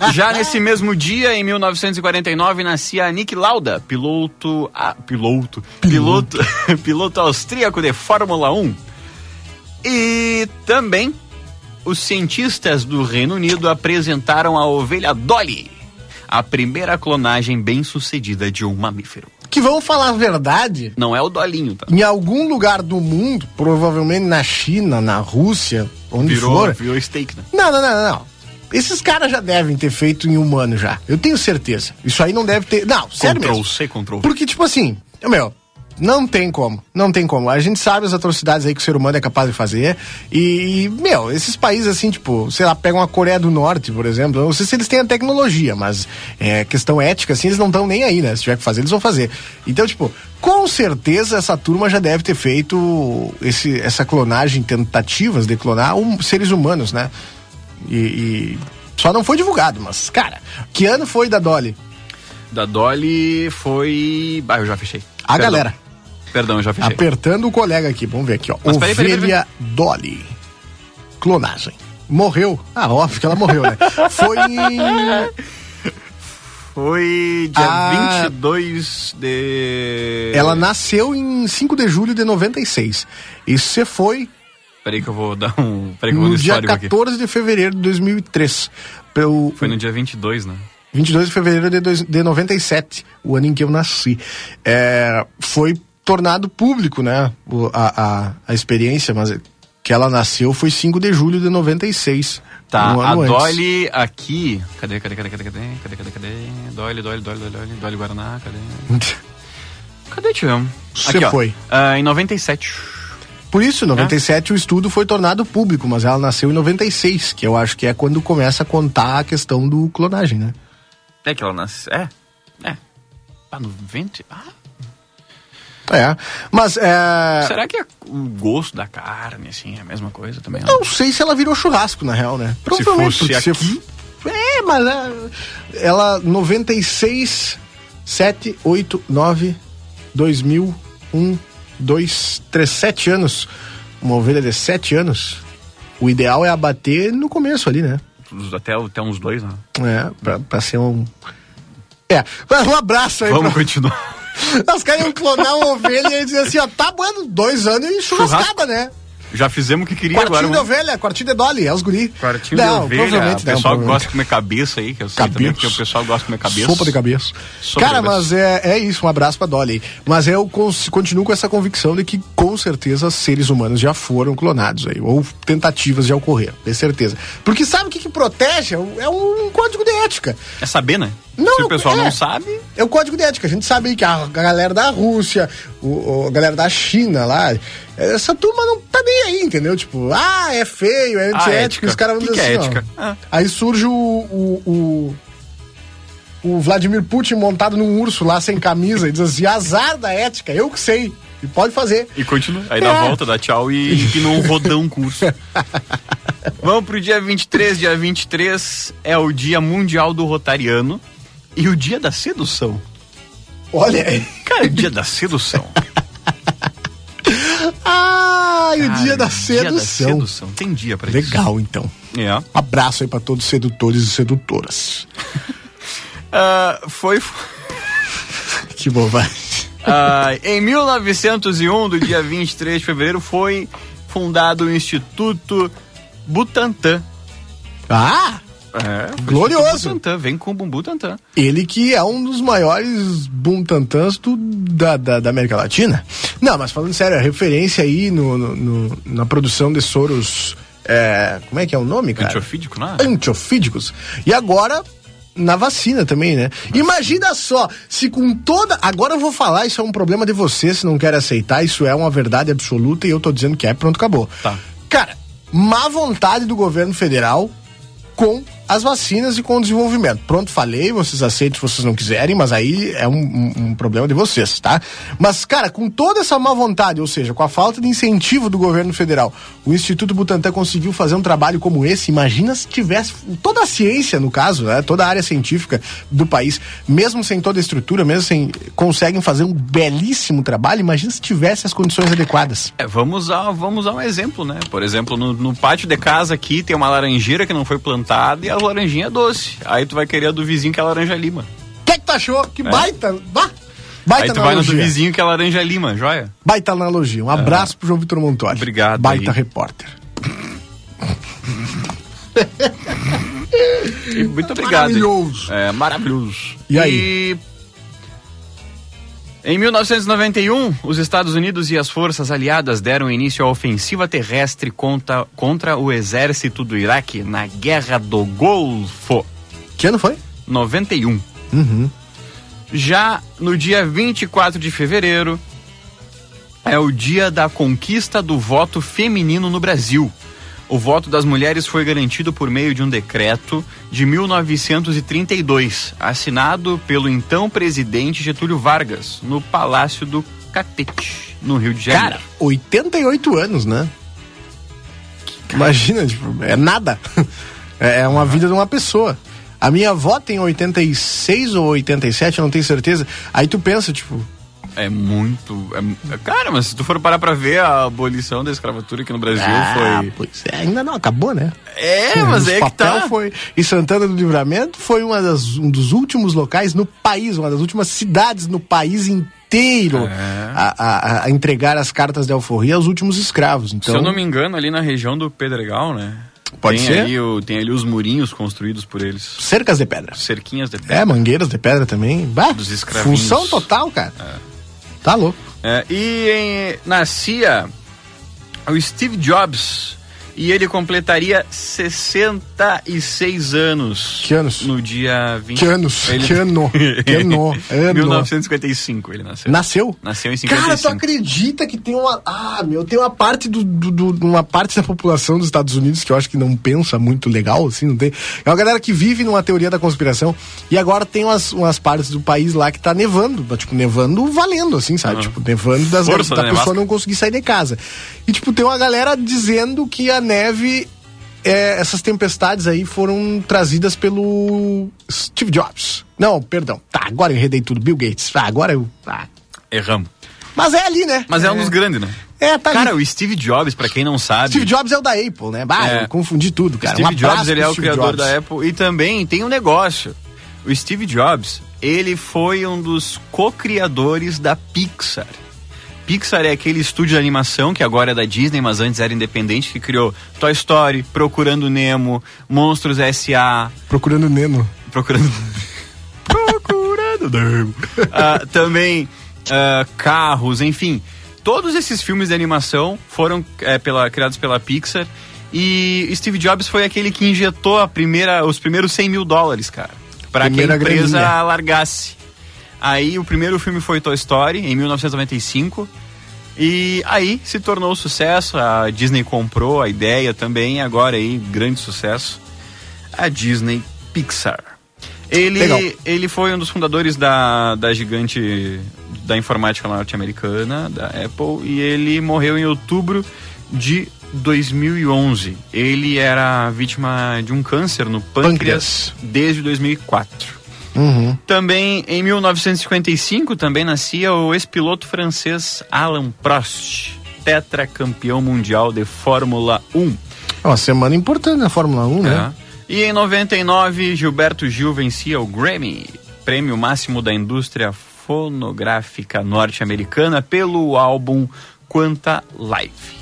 Speaker 2: Ah, já nesse mesmo dia, em 1949, nascia Nick Lauda, piloto. Ah, piloto. Piloto, *laughs* piloto austríaco de Fórmula 1. E também os cientistas do Reino Unido apresentaram a ovelha Dolly, a primeira clonagem bem sucedida de um mamífero.
Speaker 1: Que vão falar a verdade.
Speaker 2: Não é o Dolinho, tá?
Speaker 1: Em algum lugar do mundo, provavelmente na China, na Rússia, onde
Speaker 2: Virou,
Speaker 1: for,
Speaker 2: virou steak, né?
Speaker 1: Não, não, não, não, não. Esses caras já devem ter feito em humano já. Eu tenho certeza. Isso aí não deve ter. Não, sério
Speaker 2: Ctrl
Speaker 1: mesmo.
Speaker 2: C, Ctrl V.
Speaker 1: Porque, tipo assim, meu, não tem como. Não tem como. A gente sabe as atrocidades aí que o ser humano é capaz de fazer. E, meu, esses países assim, tipo, sei lá, pegam a Coreia do Norte, por exemplo. Eu Não sei se eles têm a tecnologia, mas é, questão ética, assim, eles não estão nem aí, né? Se tiver que fazer, eles vão fazer. Então, tipo, com certeza essa turma já deve ter feito esse, essa clonagem, tentativas de clonar hum- seres humanos, né? E. e Só não foi divulgado, mas, cara, que ano foi da Dolly?
Speaker 2: Da Dolly foi. Ah, eu já fechei.
Speaker 1: A galera.
Speaker 2: Perdão, eu já fechei.
Speaker 1: Apertando o colega aqui, vamos ver aqui, ó.
Speaker 2: Mas
Speaker 1: Ovelha
Speaker 2: peraí, peraí, peraí.
Speaker 1: Dolly. clonagem. Morreu. Ah, óbvio que ela morreu, né? Foi
Speaker 2: *laughs*
Speaker 1: em.
Speaker 2: Foi dia
Speaker 1: Ah.
Speaker 2: 22 de.
Speaker 1: Ela nasceu em 5 de julho de 96. E você foi
Speaker 2: Peraí que eu vou dar um. Peraí que eu vou
Speaker 1: no
Speaker 2: dar
Speaker 1: dia
Speaker 2: histórico aqui.
Speaker 1: 14 de fevereiro de 2003. Pelo,
Speaker 2: Foi no dia 22, né?
Speaker 1: 22 de fevereiro de, dois, de 97, o ano em que eu nasci. É, foi tornado público, né, o- a, a, a experiência, mas é que ela nasceu foi 5 de julho de 96.
Speaker 2: Tá,
Speaker 1: um
Speaker 2: a
Speaker 1: ano antes.
Speaker 2: Dolly aqui. Cadê, cadê, cadê, cadê, cadê? Cadê, cadê, cadê? Dolly, Dolly, Dolly, Dolly, Dolly, Dolly Guaraná, cadê?
Speaker 1: *laughs*
Speaker 2: Cadê, tivemos?
Speaker 1: Cê foi.
Speaker 2: Ah, em 97.
Speaker 1: Por isso,
Speaker 2: Né?
Speaker 1: em 97 o estudo foi tornado público, mas ela nasceu em 96, que eu acho que é quando começa a contar a questão do clonagem, né?
Speaker 2: É que ela nasce. É? É. Ah, 90? Ah,
Speaker 1: É, mas é,
Speaker 2: será que é o gosto da carne, assim, é a mesma coisa também?
Speaker 1: Não sei se ela virou churrasco, na real, né?
Speaker 2: fosse
Speaker 1: porque se
Speaker 2: aqui-
Speaker 1: f- É, mas é, ela 96, 7, 8, 9, 2000, 1, 2, 3, 7 anos. Uma ovelha de 7 anos. O ideal é abater no começo ali, né?
Speaker 2: Até, até uns dois, né?
Speaker 1: É, pra, pra ser um. É, mas um abraço aí.
Speaker 2: Vamos continuar.
Speaker 1: Pra... Os caras iam clonar uma ovelha e dizer assim, ó, tá bueno, dois anos e churrascada, né?
Speaker 2: Já fizemos o que queria
Speaker 1: Quartinho de
Speaker 2: agora. vamos-
Speaker 1: ovelha, quartinho de dole, é os guri.
Speaker 2: Quartinho
Speaker 1: não,
Speaker 2: de ovelha.
Speaker 1: provavelmente
Speaker 2: o
Speaker 1: não.
Speaker 2: pessoal
Speaker 1: provavelmente.
Speaker 2: gosta de comer cabeça aí, que eu sei também,
Speaker 1: Cabeça.
Speaker 2: porque o pessoal gosta de comer cabeça.
Speaker 1: Sopa de cabeça.
Speaker 2: Sopa
Speaker 1: Cara,
Speaker 2: de cabeça.
Speaker 1: mas é, é isso, um abraço pra Dolly. Mas eu cons- continuo com essa convicção de que com certeza seres humanos já foram clonados aí, ou tentativas já ocorreram, de certeza. Porque sabe o que, que protege? É um- É um código de ética.
Speaker 2: É saber, né?
Speaker 1: Não,
Speaker 2: Se o pessoal
Speaker 1: é.
Speaker 2: não sabe,
Speaker 1: É o código de ética. A gente sabe que a galera da Rússia, o, o- a galera da China lá, essa turma não tá nem aí, entendeu? Tipo, ah, é feio, é antiético,
Speaker 2: ética.
Speaker 1: os caras vão
Speaker 2: Que
Speaker 1: dizer
Speaker 2: que é
Speaker 1: assim. ó.
Speaker 2: ética? Ah.
Speaker 1: Aí surge o. o, o o Vladimir Putin montado num urso lá sem camisa e diz assim: azar da ética, eu que sei, e pode fazer.
Speaker 2: E continua. Aí
Speaker 1: É.
Speaker 2: dá volta, dá tchau e empinou um rodão
Speaker 1: *laughs*
Speaker 2: curso. Vamos pro dia 23. Dia 23 é o Dia Mundial do Rotariano e o Dia da Sedução.
Speaker 1: Olha aí. *laughs*
Speaker 2: Cara, o Dia da Sedução.
Speaker 1: Ai, o dia,
Speaker 2: Cara,
Speaker 1: da sedução.
Speaker 2: Tem dia pra
Speaker 1: Legal, então.
Speaker 2: isso. É.
Speaker 1: Abraço aí pra todos os sedutores e sedutoras.
Speaker 2: Ah, foi.
Speaker 1: Que bobagem.
Speaker 2: *laughs* Ah, em 1901, do dia 23 de fevereiro, foi fundado o Instituto Butantan.
Speaker 1: Ah!
Speaker 2: É, o
Speaker 1: Glorioso.
Speaker 2: Instituto Butantan, vem com o Bumbum Tantan.
Speaker 1: Ele que é um dos maiores buntantãs do, da, da, da América Latina. Não, mas falando sério, a referência aí no, no- no- na produção de soros. é, como é que é o nome, cara?
Speaker 2: Antiofídico, não é?
Speaker 1: Antiofídicos. E agora. Na vacina também, né? Imagina só, se com toda. Agora eu vou falar, isso é um problema de você, se não quer aceitar, isso é uma verdade absoluta e eu tô dizendo que é, pronto, acabou.
Speaker 2: Tá.
Speaker 1: Cara, má vontade do governo federal com as vacinas e com o desenvolvimento. Pronto, falei, vocês aceitam se vocês não quiserem, mas aí é um, um- um problema de vocês, tá? Mas, cara, com toda essa má vontade, ou seja, com a falta de incentivo do governo federal, o Instituto Butantan conseguiu fazer um trabalho como esse. Imagina se tivesse toda a ciência, no caso, né, toda a área científica do país, mesmo sem toda a estrutura, mesmo sem. conseguem fazer um belíssimo trabalho. Imagina se tivesse as condições adequadas.
Speaker 2: É, vamos a, vamos a um exemplo, né? Por exemplo, no, no pátio de casa aqui tem uma laranjeira que não foi plantada e a laranjinha é doce. Aí tu vai querer a do vizinho que é a laranja lima.
Speaker 1: O que, que tu achou? Que baita! Bah, baita
Speaker 2: É. Aí tu vai na do
Speaker 1: analogia.
Speaker 2: vizinho que é a laranja lima, joia?
Speaker 1: Baita analogia. Um abraço pro João Vitor Montori.
Speaker 2: É. Obrigado
Speaker 1: Baita
Speaker 2: aí.
Speaker 1: repórter.
Speaker 2: E muito obrigado.
Speaker 1: Maravilhoso.
Speaker 2: É, maravilhoso.
Speaker 1: E aí?
Speaker 2: Em 1991, os Estados Unidos e as forças aliadas deram início à ofensiva terrestre contra, contra o exército do Iraque na Guerra do Golfo.
Speaker 1: Que ano foi?
Speaker 2: 91. Já no dia 24 de fevereiro é o dia da conquista do voto feminino no Brasil. O voto das mulheres foi garantido por meio de um decreto de 1932, assinado pelo então presidente Getúlio Vargas, no Palácio do Catete, no Rio de Janeiro.
Speaker 1: 88 anos, né? Imagina, tipo, é nada. *laughs* É uma vida de uma pessoa. A minha avó tem 86 ou 87, eu não tenho certeza. Aí tu pensa, tipo,
Speaker 2: É muito. é- cara, mas se tu for parar pra ver a abolição da escravatura aqui no Brasil foi.
Speaker 1: pois é, ainda não acabou, né?
Speaker 2: É, mas
Speaker 1: Os
Speaker 2: é que
Speaker 1: papel
Speaker 2: tá.
Speaker 1: foi e Santana do Livramento foi uma das, um dos últimos locais no país, uma das últimas cidades no país inteiro
Speaker 2: É.
Speaker 1: a, a- a entregar as cartas de alforria aos últimos escravos. Então,
Speaker 2: Se eu não me engano, ali na região do Pedregal, né?
Speaker 1: Pode
Speaker 2: tem
Speaker 1: ser.
Speaker 2: Ali o- tem ali os murinhos construídos por eles.
Speaker 1: cercas de pedra.
Speaker 2: Cerquinhas de pedra.
Speaker 1: É, mangueiras de pedra também. Bah,
Speaker 2: Dos escravinhos.
Speaker 1: Função total, cara. Tá louco.
Speaker 2: É, e em, nascia o Steve Jobs e ele completaria 66 anos.
Speaker 1: Que anos?
Speaker 2: No dia 20.
Speaker 1: Que anos? Que
Speaker 2: *laughs*
Speaker 1: ano? Que ano? Ano.
Speaker 2: 1955 ele nasceu.
Speaker 1: Nasceu?
Speaker 2: Nasceu em
Speaker 1: Cara,
Speaker 2: 55.
Speaker 1: tu acredita que tem uma. Ah, meu, tem uma parte do, do- do- de uma parte da população dos Estados Unidos que eu acho que não pensa muito legal, assim, não tem. É uma galera que vive numa teoria da conspiração e agora tem umas, umas partes do país lá que tá nevando, tá, tipo, nevando valendo, assim, sabe? Tipo, nevando das
Speaker 2: Força né,
Speaker 1: da
Speaker 2: da
Speaker 1: pessoa
Speaker 2: nevasca.
Speaker 1: não conseguir sair de casa. E, tipo, tem uma galera dizendo que a neve. é, essas tempestades aí foram trazidas pelo Steve Jobs. Não, perdão. Tá, agora eu enredei tudo. Bill Gates. Ah, agora eu. Ah,
Speaker 2: Erramos.
Speaker 1: mas é ali, né?
Speaker 2: Mas é, um dos grandes, né?
Speaker 1: É, tá
Speaker 2: Cara,
Speaker 1: ali.
Speaker 2: o Steve Jobs, pra quem não sabe.
Speaker 1: Steve Jobs é o da Apple, né? Bah,
Speaker 2: É.
Speaker 1: eu confundi tudo, cara.
Speaker 2: Steve
Speaker 1: Um abraço
Speaker 2: Jobs, ele
Speaker 1: pro
Speaker 2: é o
Speaker 1: Steve
Speaker 2: criador
Speaker 1: Jobs.
Speaker 2: da Apple e também tem um negócio. O Steve Jobs, ele foi um dos co-criadores da Pixar. Pixar é aquele estúdio de animação que agora é da Disney, mas antes era independente, que criou Toy Story, Procurando Nemo, Monstros S.A.,
Speaker 1: Procurando Nemo.
Speaker 2: Procurando. Procurando Nemo. Ah, também ah, carros, enfim. Todos esses filmes de animação foram eh, pela, criados pela Pixar. E Steve Jobs foi aquele que injetou a primeira, os primeiros 100 mil dólares, cara. Pra que a
Speaker 1: Primeira
Speaker 2: empresa
Speaker 1: graninha.
Speaker 2: largasse. Aí o primeiro filme foi Toy Story, em 1995. E aí se tornou um sucesso. A Disney comprou a ideia também. Agora aí, grande sucesso a Disney Pixar.
Speaker 1: Legal.
Speaker 2: Ele, ele foi um dos fundadores da, da gigante da informática norte-americana, da Apple, e ele morreu em outubro de 2011. Ele era vítima de um câncer no pâncreas,
Speaker 1: Pâncreas.
Speaker 2: desde 2004.
Speaker 1: *laughs* Uhum.
Speaker 2: Também em 1955 também nascia o ex-piloto francês Alain Prost, tetracampeão mundial de Fórmula 1.
Speaker 1: É uma semana importante na Fórmula 1, né?
Speaker 2: É. E em 99, Gilberto Gil vencia o Grammy, prêmio máximo da indústria fonográfica norte-americana, pelo álbum Quanta Life.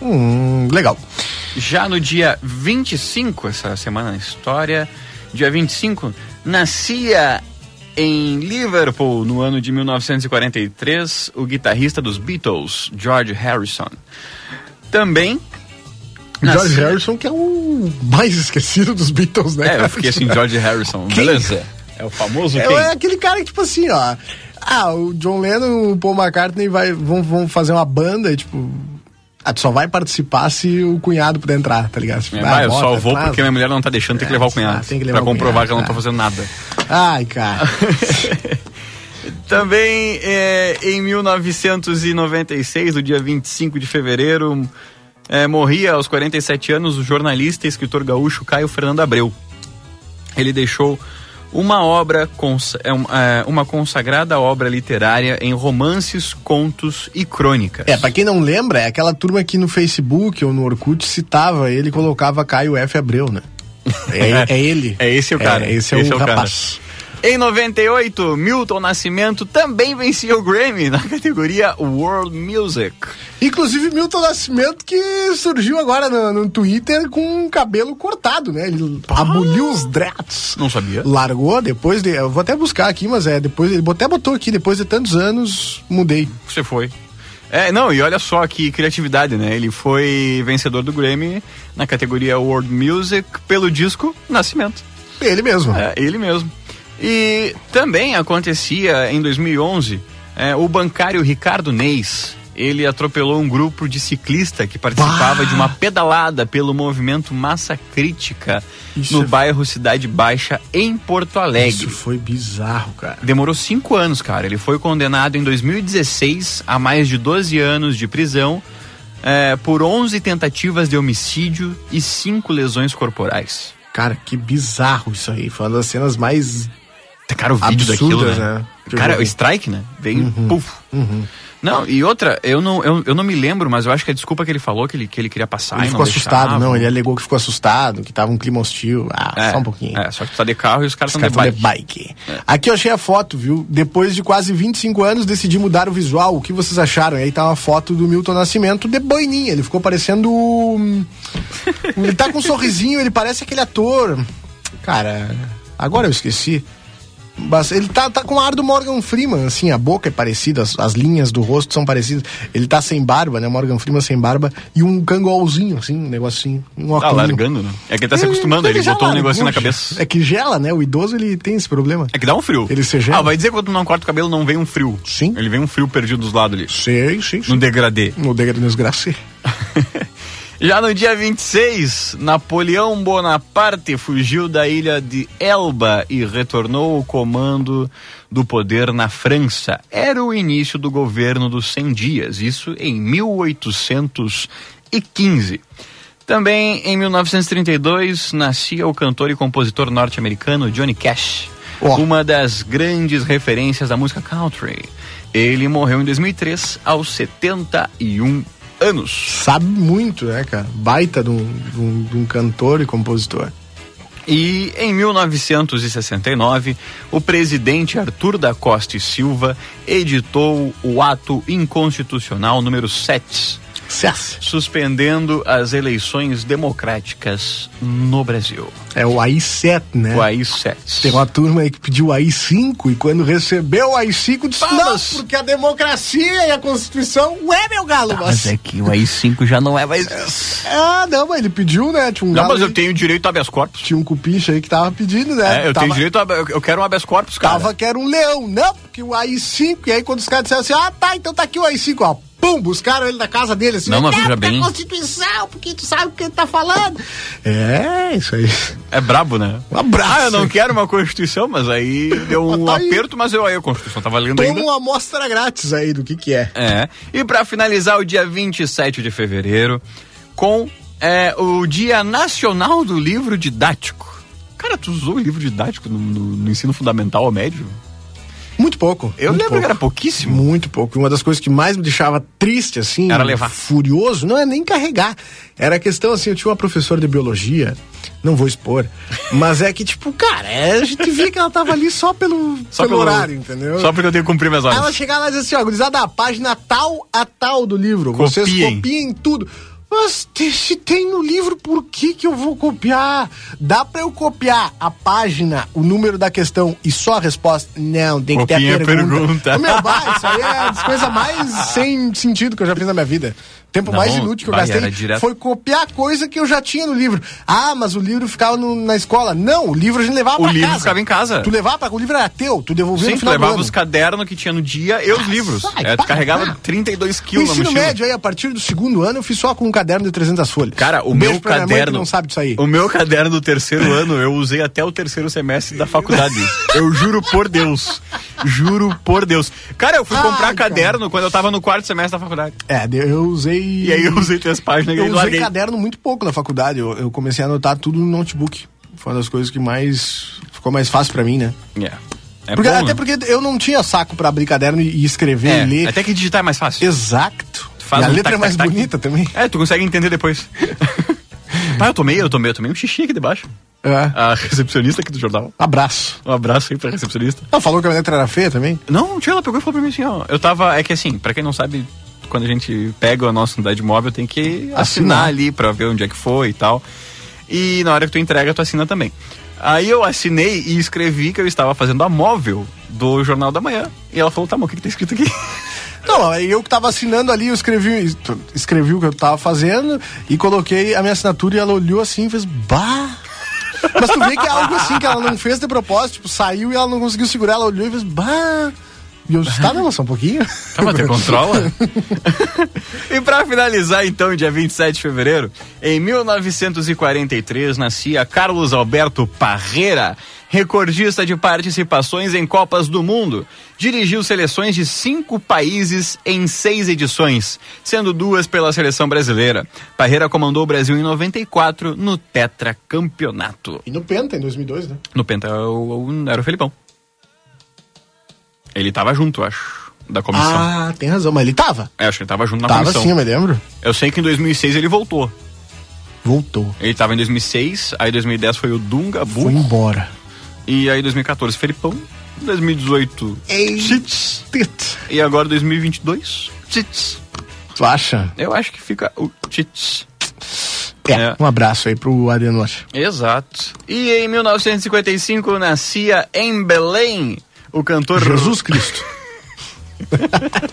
Speaker 2: É.
Speaker 1: Hum, legal.
Speaker 2: Já no dia 25, essa semana na história, dia 25, nascia em Liverpool, no ano de 1943, o guitarrista dos Beatles, George Harrison. Também. Ah,
Speaker 1: George
Speaker 2: nascia-
Speaker 1: Harrison, que é o mais esquecido dos Beatles, né?
Speaker 2: É, eu fiquei assim, George Harrison.
Speaker 1: Quem?
Speaker 2: Beleza. É o famoso
Speaker 1: É,
Speaker 2: quem?
Speaker 1: é aquele cara que, tipo assim, ó. Ah, o John Lennon, o Paul McCartney vai, vão, vão fazer uma banda e, tipo. Ah, tu só vai participar se o cunhado puder entrar, tá ligado? Tipo,
Speaker 2: É,
Speaker 1: ah,
Speaker 2: vai, eu
Speaker 1: bota,
Speaker 2: só vou
Speaker 1: traz.
Speaker 2: porque minha mulher não tá deixando, tem que
Speaker 1: É,
Speaker 2: levar o
Speaker 1: tá,
Speaker 2: cunhado.
Speaker 1: tem que levar
Speaker 2: pra
Speaker 1: o cunhado,
Speaker 2: comprovar que ela não tá
Speaker 1: tá.
Speaker 2: fazendo nada.
Speaker 1: Ai, cara.
Speaker 2: Também é, em 1996, no dia 25 de fevereiro, é, morria aos 47 anos o jornalista e escritor gaúcho Caio Fernando Abreu. Ele deixou uma obra, cons- é, um- é, uma consagrada obra literária em romances, contos e crônicas.
Speaker 1: É, pra quem não lembra, é aquela turma que no Facebook ou no Orkut citava ele e colocava Caio F. Abreu,
Speaker 2: *laughs*
Speaker 1: né? É, é ele.
Speaker 2: É esse o cara,
Speaker 1: É, esse é
Speaker 2: esse
Speaker 1: o
Speaker 2: é o cara.
Speaker 1: rapaz.
Speaker 2: Em 98, Milton Nascimento também vencia o Grammy na categoria World Music.
Speaker 1: Inclusive, Milton Nascimento que surgiu agora no, no Twitter com o cabelo cortado, né? Ele
Speaker 2: Ah.
Speaker 1: aboliu os dreads.
Speaker 2: Não sabia.
Speaker 1: Largou, depois de... Eu vou até buscar aqui, mas é, depois... Ele até botou aqui, depois de tantos anos, mudei.
Speaker 2: Você foi. É, não, e olha só que criatividade, né? Ele foi vencedor do Grammy na categoria World Music pelo disco Nascimento.
Speaker 1: Ele mesmo.
Speaker 2: É, ele mesmo. E também acontecia em 2011 é, o bancário Ricardo Neis. Ele atropelou um grupo de ciclista que participava de uma pedalada pelo movimento Massa Crítica
Speaker 1: Isso
Speaker 2: no
Speaker 1: é-
Speaker 2: bairro Cidade Baixa, em Porto Alegre.
Speaker 1: Isso foi bizarro, cara.
Speaker 2: Demorou cinco anos, cara. Ele foi condenado em 2016 a mais de 12 anos de prisão é, por 11 tentativas de homicídio e cinco lesões corporais.
Speaker 1: Cara, que bizarro isso aí. Foi uma das cenas mais
Speaker 2: Cara, o vídeo
Speaker 1: Absurdas,
Speaker 2: daquilo, né?
Speaker 1: né? Que
Speaker 2: Cara,
Speaker 1: jogo.
Speaker 2: o strike, né? Veio,
Speaker 1: Uhum.
Speaker 2: puf. Não, e outra, eu não, eu, eu não me lembro, mas eu acho que é a desculpa que ele falou, que ele, que ele queria passar
Speaker 1: Ele
Speaker 2: e não
Speaker 1: ficou assustado,
Speaker 2: deixava.
Speaker 1: não. Ele alegou que ficou assustado, que tava um clima hostil. Ah,
Speaker 2: É,
Speaker 1: só um pouquinho.
Speaker 2: É, só que tu tá de carro e os caras
Speaker 1: Os
Speaker 2: estão de
Speaker 1: caras tão
Speaker 2: bike.
Speaker 1: de
Speaker 2: Tá
Speaker 1: bike. Aqui eu achei a foto, viu? Depois de quase 25 anos, decidi mudar o visual. O que vocês acharam? E aí tá uma foto do Milton Nascimento de boininha. Ele ficou parecendo.
Speaker 2: *laughs*
Speaker 1: um- ele tá com um sorrisinho, ele parece aquele ator. Cara, agora eu esqueci. Mas ele tá, tá com o ar do Morgan Freeman, assim, a boca é parecida, as, as linhas do rosto são parecidas. Ele tá sem barba, né? Morgan Freeman sem barba e um cangolzinho, assim, um negocinho, um óculos.
Speaker 2: Tá largando, né? É que ele tá se acostumando, ele,
Speaker 1: já
Speaker 2: botou um
Speaker 1: largou,
Speaker 2: negocinho na
Speaker 1: já.
Speaker 2: cabeça.
Speaker 1: né? É que gela, né? O idoso ele tem esse problema.
Speaker 2: É que dá um frio.
Speaker 1: Ele se gela.
Speaker 2: Ah, vai dizer que quando não corta o cabelo não vem um frio.
Speaker 1: Sim.
Speaker 2: Ele vem um frio perdido dos lados ali.
Speaker 1: Sim, sim,
Speaker 2: No
Speaker 1: sim.
Speaker 2: degradê.
Speaker 1: No dedo desgracê.
Speaker 2: *laughs* Já no dia 26, Napoleão Bonaparte fugiu da ilha de Elba e retornou ao comando do poder na França. Era o início do governo dos 100 dias, isso em 1815. Também em 1932 nascia o cantor e compositor norte-americano Johnny Cash,
Speaker 1: Ó.
Speaker 2: uma das grandes referências da música country. Ele morreu em 2003 aos 71 anos.
Speaker 1: Sabe muito, né, cara? Baita de um, de um- de um cantor e compositor.
Speaker 2: E em 1969, o presidente Arthur da Costa e Silva editou o ato inconstitucional número 7,
Speaker 1: Cess.
Speaker 2: suspendendo as eleições democráticas no Brasil.
Speaker 1: É o AI7, né?
Speaker 2: O AI-7.
Speaker 1: Tem uma turma aí que pediu o AI5 e quando recebeu o AI5 disse:
Speaker 2: Palmas!
Speaker 1: Não, porque a democracia e a Constituição. Ué, meu galo,
Speaker 2: Mas
Speaker 1: Tá, mas.
Speaker 2: é que o AI-5 já não é mais isso.
Speaker 1: Ah, não, mas ele pediu, né? Tinha um,
Speaker 2: Não,
Speaker 1: galo
Speaker 2: mas eu
Speaker 1: aí-
Speaker 2: tenho direito a habeas corpus.
Speaker 1: tinha um cupincha aí que tava pedindo, né?
Speaker 2: É, eu
Speaker 1: Tava-
Speaker 2: tenho direito a... Eu eu quero um habeas corpus, cara.
Speaker 1: Tava que era um leão, não, porque o AI5, e aí quando os caras disseram assim, ah tá, então tá aqui o AI5, ó, pum, buscaram ele da casa dele, assim,
Speaker 2: Não, mas
Speaker 1: "Ah,
Speaker 2: veja
Speaker 1: porque
Speaker 2: bem."
Speaker 1: a Constituição, porque tu sabe o que ele tá falando. É, isso aí.
Speaker 2: É brabo, né?
Speaker 1: Um abraço.
Speaker 2: Ah, eu não quero uma Constituição, mas aí deu um
Speaker 1: Tá aí.
Speaker 2: aperto, mas eu aí a Constituição tava lendo ainda.
Speaker 1: Toma uma amostra grátis aí do que que é.
Speaker 2: É. E pra finalizar o dia 27 de fevereiro com é, o Dia Nacional do Livro Didático. Cara, tu usou o livro didático no, no- no ensino fundamental ou médio?
Speaker 1: Muito pouco.
Speaker 2: Eu
Speaker 1: muito
Speaker 2: lembro
Speaker 1: pouco.
Speaker 2: que era pouquíssimo.
Speaker 1: Muito pouco. Uma das coisas que mais me deixava triste, assim,
Speaker 2: Era levar.
Speaker 1: furioso, não é nem carregar. Era a questão, assim, eu tinha uma professora de biologia, não vou expor, mas é que, tipo, cara, é, a gente via que ela tava ali só pelo, pelo horário, entendeu?
Speaker 2: Só porque eu tenho que cumprir minhas
Speaker 1: Aí
Speaker 2: horas.
Speaker 1: ela chegava lá e dizia assim, ó, gurizada, a página tal a tal do livro. Vocês
Speaker 2: Copiem.
Speaker 1: copiem tudo. Mas te- se tem no livro, por que que eu vou copiar? Dá pra eu copiar a página, o número da questão e só a resposta? Não, tem que
Speaker 2: Copiem
Speaker 1: ter
Speaker 2: a
Speaker 1: a pergunta.
Speaker 2: pergunta.
Speaker 1: Ô, Meu pai, isso aí é
Speaker 2: *laughs*
Speaker 1: a coisa mais sem sentido que eu já fiz na minha vida. O tempo
Speaker 2: Não,
Speaker 1: mais inútil que eu
Speaker 2: vai,
Speaker 1: gastei
Speaker 2: era direto.
Speaker 1: foi copiar coisa que eu já tinha no livro. Ah, mas o livro ficava no- na escola. Não, o livro a gente levava
Speaker 2: O
Speaker 1: pra
Speaker 2: livro
Speaker 1: casa.
Speaker 2: ficava em casa.
Speaker 1: Tu levava pra... O livro era teu, tu devolvia no
Speaker 2: Sim, tu
Speaker 1: final do
Speaker 2: levava
Speaker 1: ano.
Speaker 2: os cadernos que tinha no dia e os livros.
Speaker 1: tá Ah, sai,
Speaker 2: É, tu
Speaker 1: para,
Speaker 2: carregava
Speaker 1: para.
Speaker 2: 32
Speaker 1: O
Speaker 2: quilos na
Speaker 1: ensino
Speaker 2: mochila.
Speaker 1: médio aí, a partir do segundo ano, eu fiz só com um caderno de 300 folhas. Um
Speaker 2: Cara, o
Speaker 1: Beijo
Speaker 2: meu
Speaker 1: pra minha
Speaker 2: caderno.
Speaker 1: mãe que não sabe disso aí.
Speaker 2: O meu caderno do terceiro ano eu usei até o terceiro semestre
Speaker 1: *laughs*
Speaker 2: da faculdade. Eu juro por Deus. Juro por Deus. Cara, eu fui
Speaker 1: Ai,
Speaker 2: comprar
Speaker 1: cara.
Speaker 2: caderno quando eu tava no quarto semestre da faculdade.
Speaker 1: É, de- eu usei.
Speaker 2: E aí eu usei três páginas e
Speaker 1: Eu
Speaker 2: aí
Speaker 1: usei
Speaker 2: larguei.
Speaker 1: caderno muito pouco na faculdade. Eu, eu comecei a anotar tudo no notebook. Foi uma das coisas que mais. Ficou mais fácil pra mim, né?
Speaker 2: É. É
Speaker 1: Porque-
Speaker 2: bom,
Speaker 1: até
Speaker 2: né?
Speaker 1: porque eu não tinha saco pra abrir caderno e, e escrever
Speaker 2: É,
Speaker 1: e ler.
Speaker 2: até que digitar é mais fácil.
Speaker 1: Exato.
Speaker 2: faz
Speaker 1: e a
Speaker 2: um
Speaker 1: letra
Speaker 2: tac,
Speaker 1: é mais
Speaker 2: tac, tac.
Speaker 1: bonita também.
Speaker 2: É, tu consegue
Speaker 1: *laughs*
Speaker 2: entender depois. Pai, eu tomei, eu tomei, eu tomei um xixi aqui debaixo.
Speaker 1: É.
Speaker 2: A recepcionista aqui do jornal.
Speaker 1: Abraço.
Speaker 2: Um abraço aí pra recepcionista.
Speaker 1: Ela falou que a letra era feia também?
Speaker 2: Não, tia, ela pegou e falou pra mim assim, ó. Eu tava. É que assim, pra quem não sabe, quando a gente pega a nossa unidade móvel, tem que assinar,
Speaker 1: Assinar.
Speaker 2: ali pra ver onde é que foi e tal. E na hora que tu entrega, tu assina também. Aí eu assinei e escrevi que eu estava fazendo a móvel do Jornal da Manhã. E ela falou, tá, mas o que, que tá escrito aqui?
Speaker 1: Não, aí eu que tava assinando ali, eu escrevi, escrevi o que eu tava fazendo e coloquei a minha assinatura e ela olhou assim e fez bah. Mas tu vê que é algo assim que ela não fez de propósito, tipo, saiu e ela não conseguiu segurar, ela olhou e fez bah. E eu disse, tá, não, só um pouquinho.
Speaker 2: Tá, *laughs* mas tu controla? e pra finalizar, então, dia 27 de fevereiro, em 1943, nascia Carlos Alberto Parreira, recordista de participações em Copas do Mundo. Dirigiu seleções de cinco países em seis edições, sendo duas pela seleção brasileira. Parreira comandou o Brasil em 94 no tetracampeonato.
Speaker 1: E no Penta, em 2002, né?
Speaker 2: No Penta, o- o- era o Felipão. Ele tava junto, eu acho, da comissão.
Speaker 1: Ah, tem razão, mas ele tava.
Speaker 2: É, acho que ele tava junto na
Speaker 1: tava
Speaker 2: comissão.
Speaker 1: sim, eu me lembro.
Speaker 2: Eu sei que em 2006 ele voltou.
Speaker 1: Voltou.
Speaker 2: Ele tava em 2006, aí 2010 foi o Dunga
Speaker 1: Foi
Speaker 2: Bu,
Speaker 1: embora.
Speaker 2: e aí 2014 Felipão, 2018
Speaker 1: Ei.
Speaker 2: Tits,
Speaker 1: Tito.
Speaker 2: e agora 2022 Tits.
Speaker 1: Tu acha?
Speaker 2: Eu acho que fica o Tits.
Speaker 1: É,
Speaker 2: É.
Speaker 1: um abraço aí pro Adenor.
Speaker 2: Exato. E em 1955 nascia em Belém o cantor
Speaker 1: Jesus Cristo.
Speaker 2: *laughs*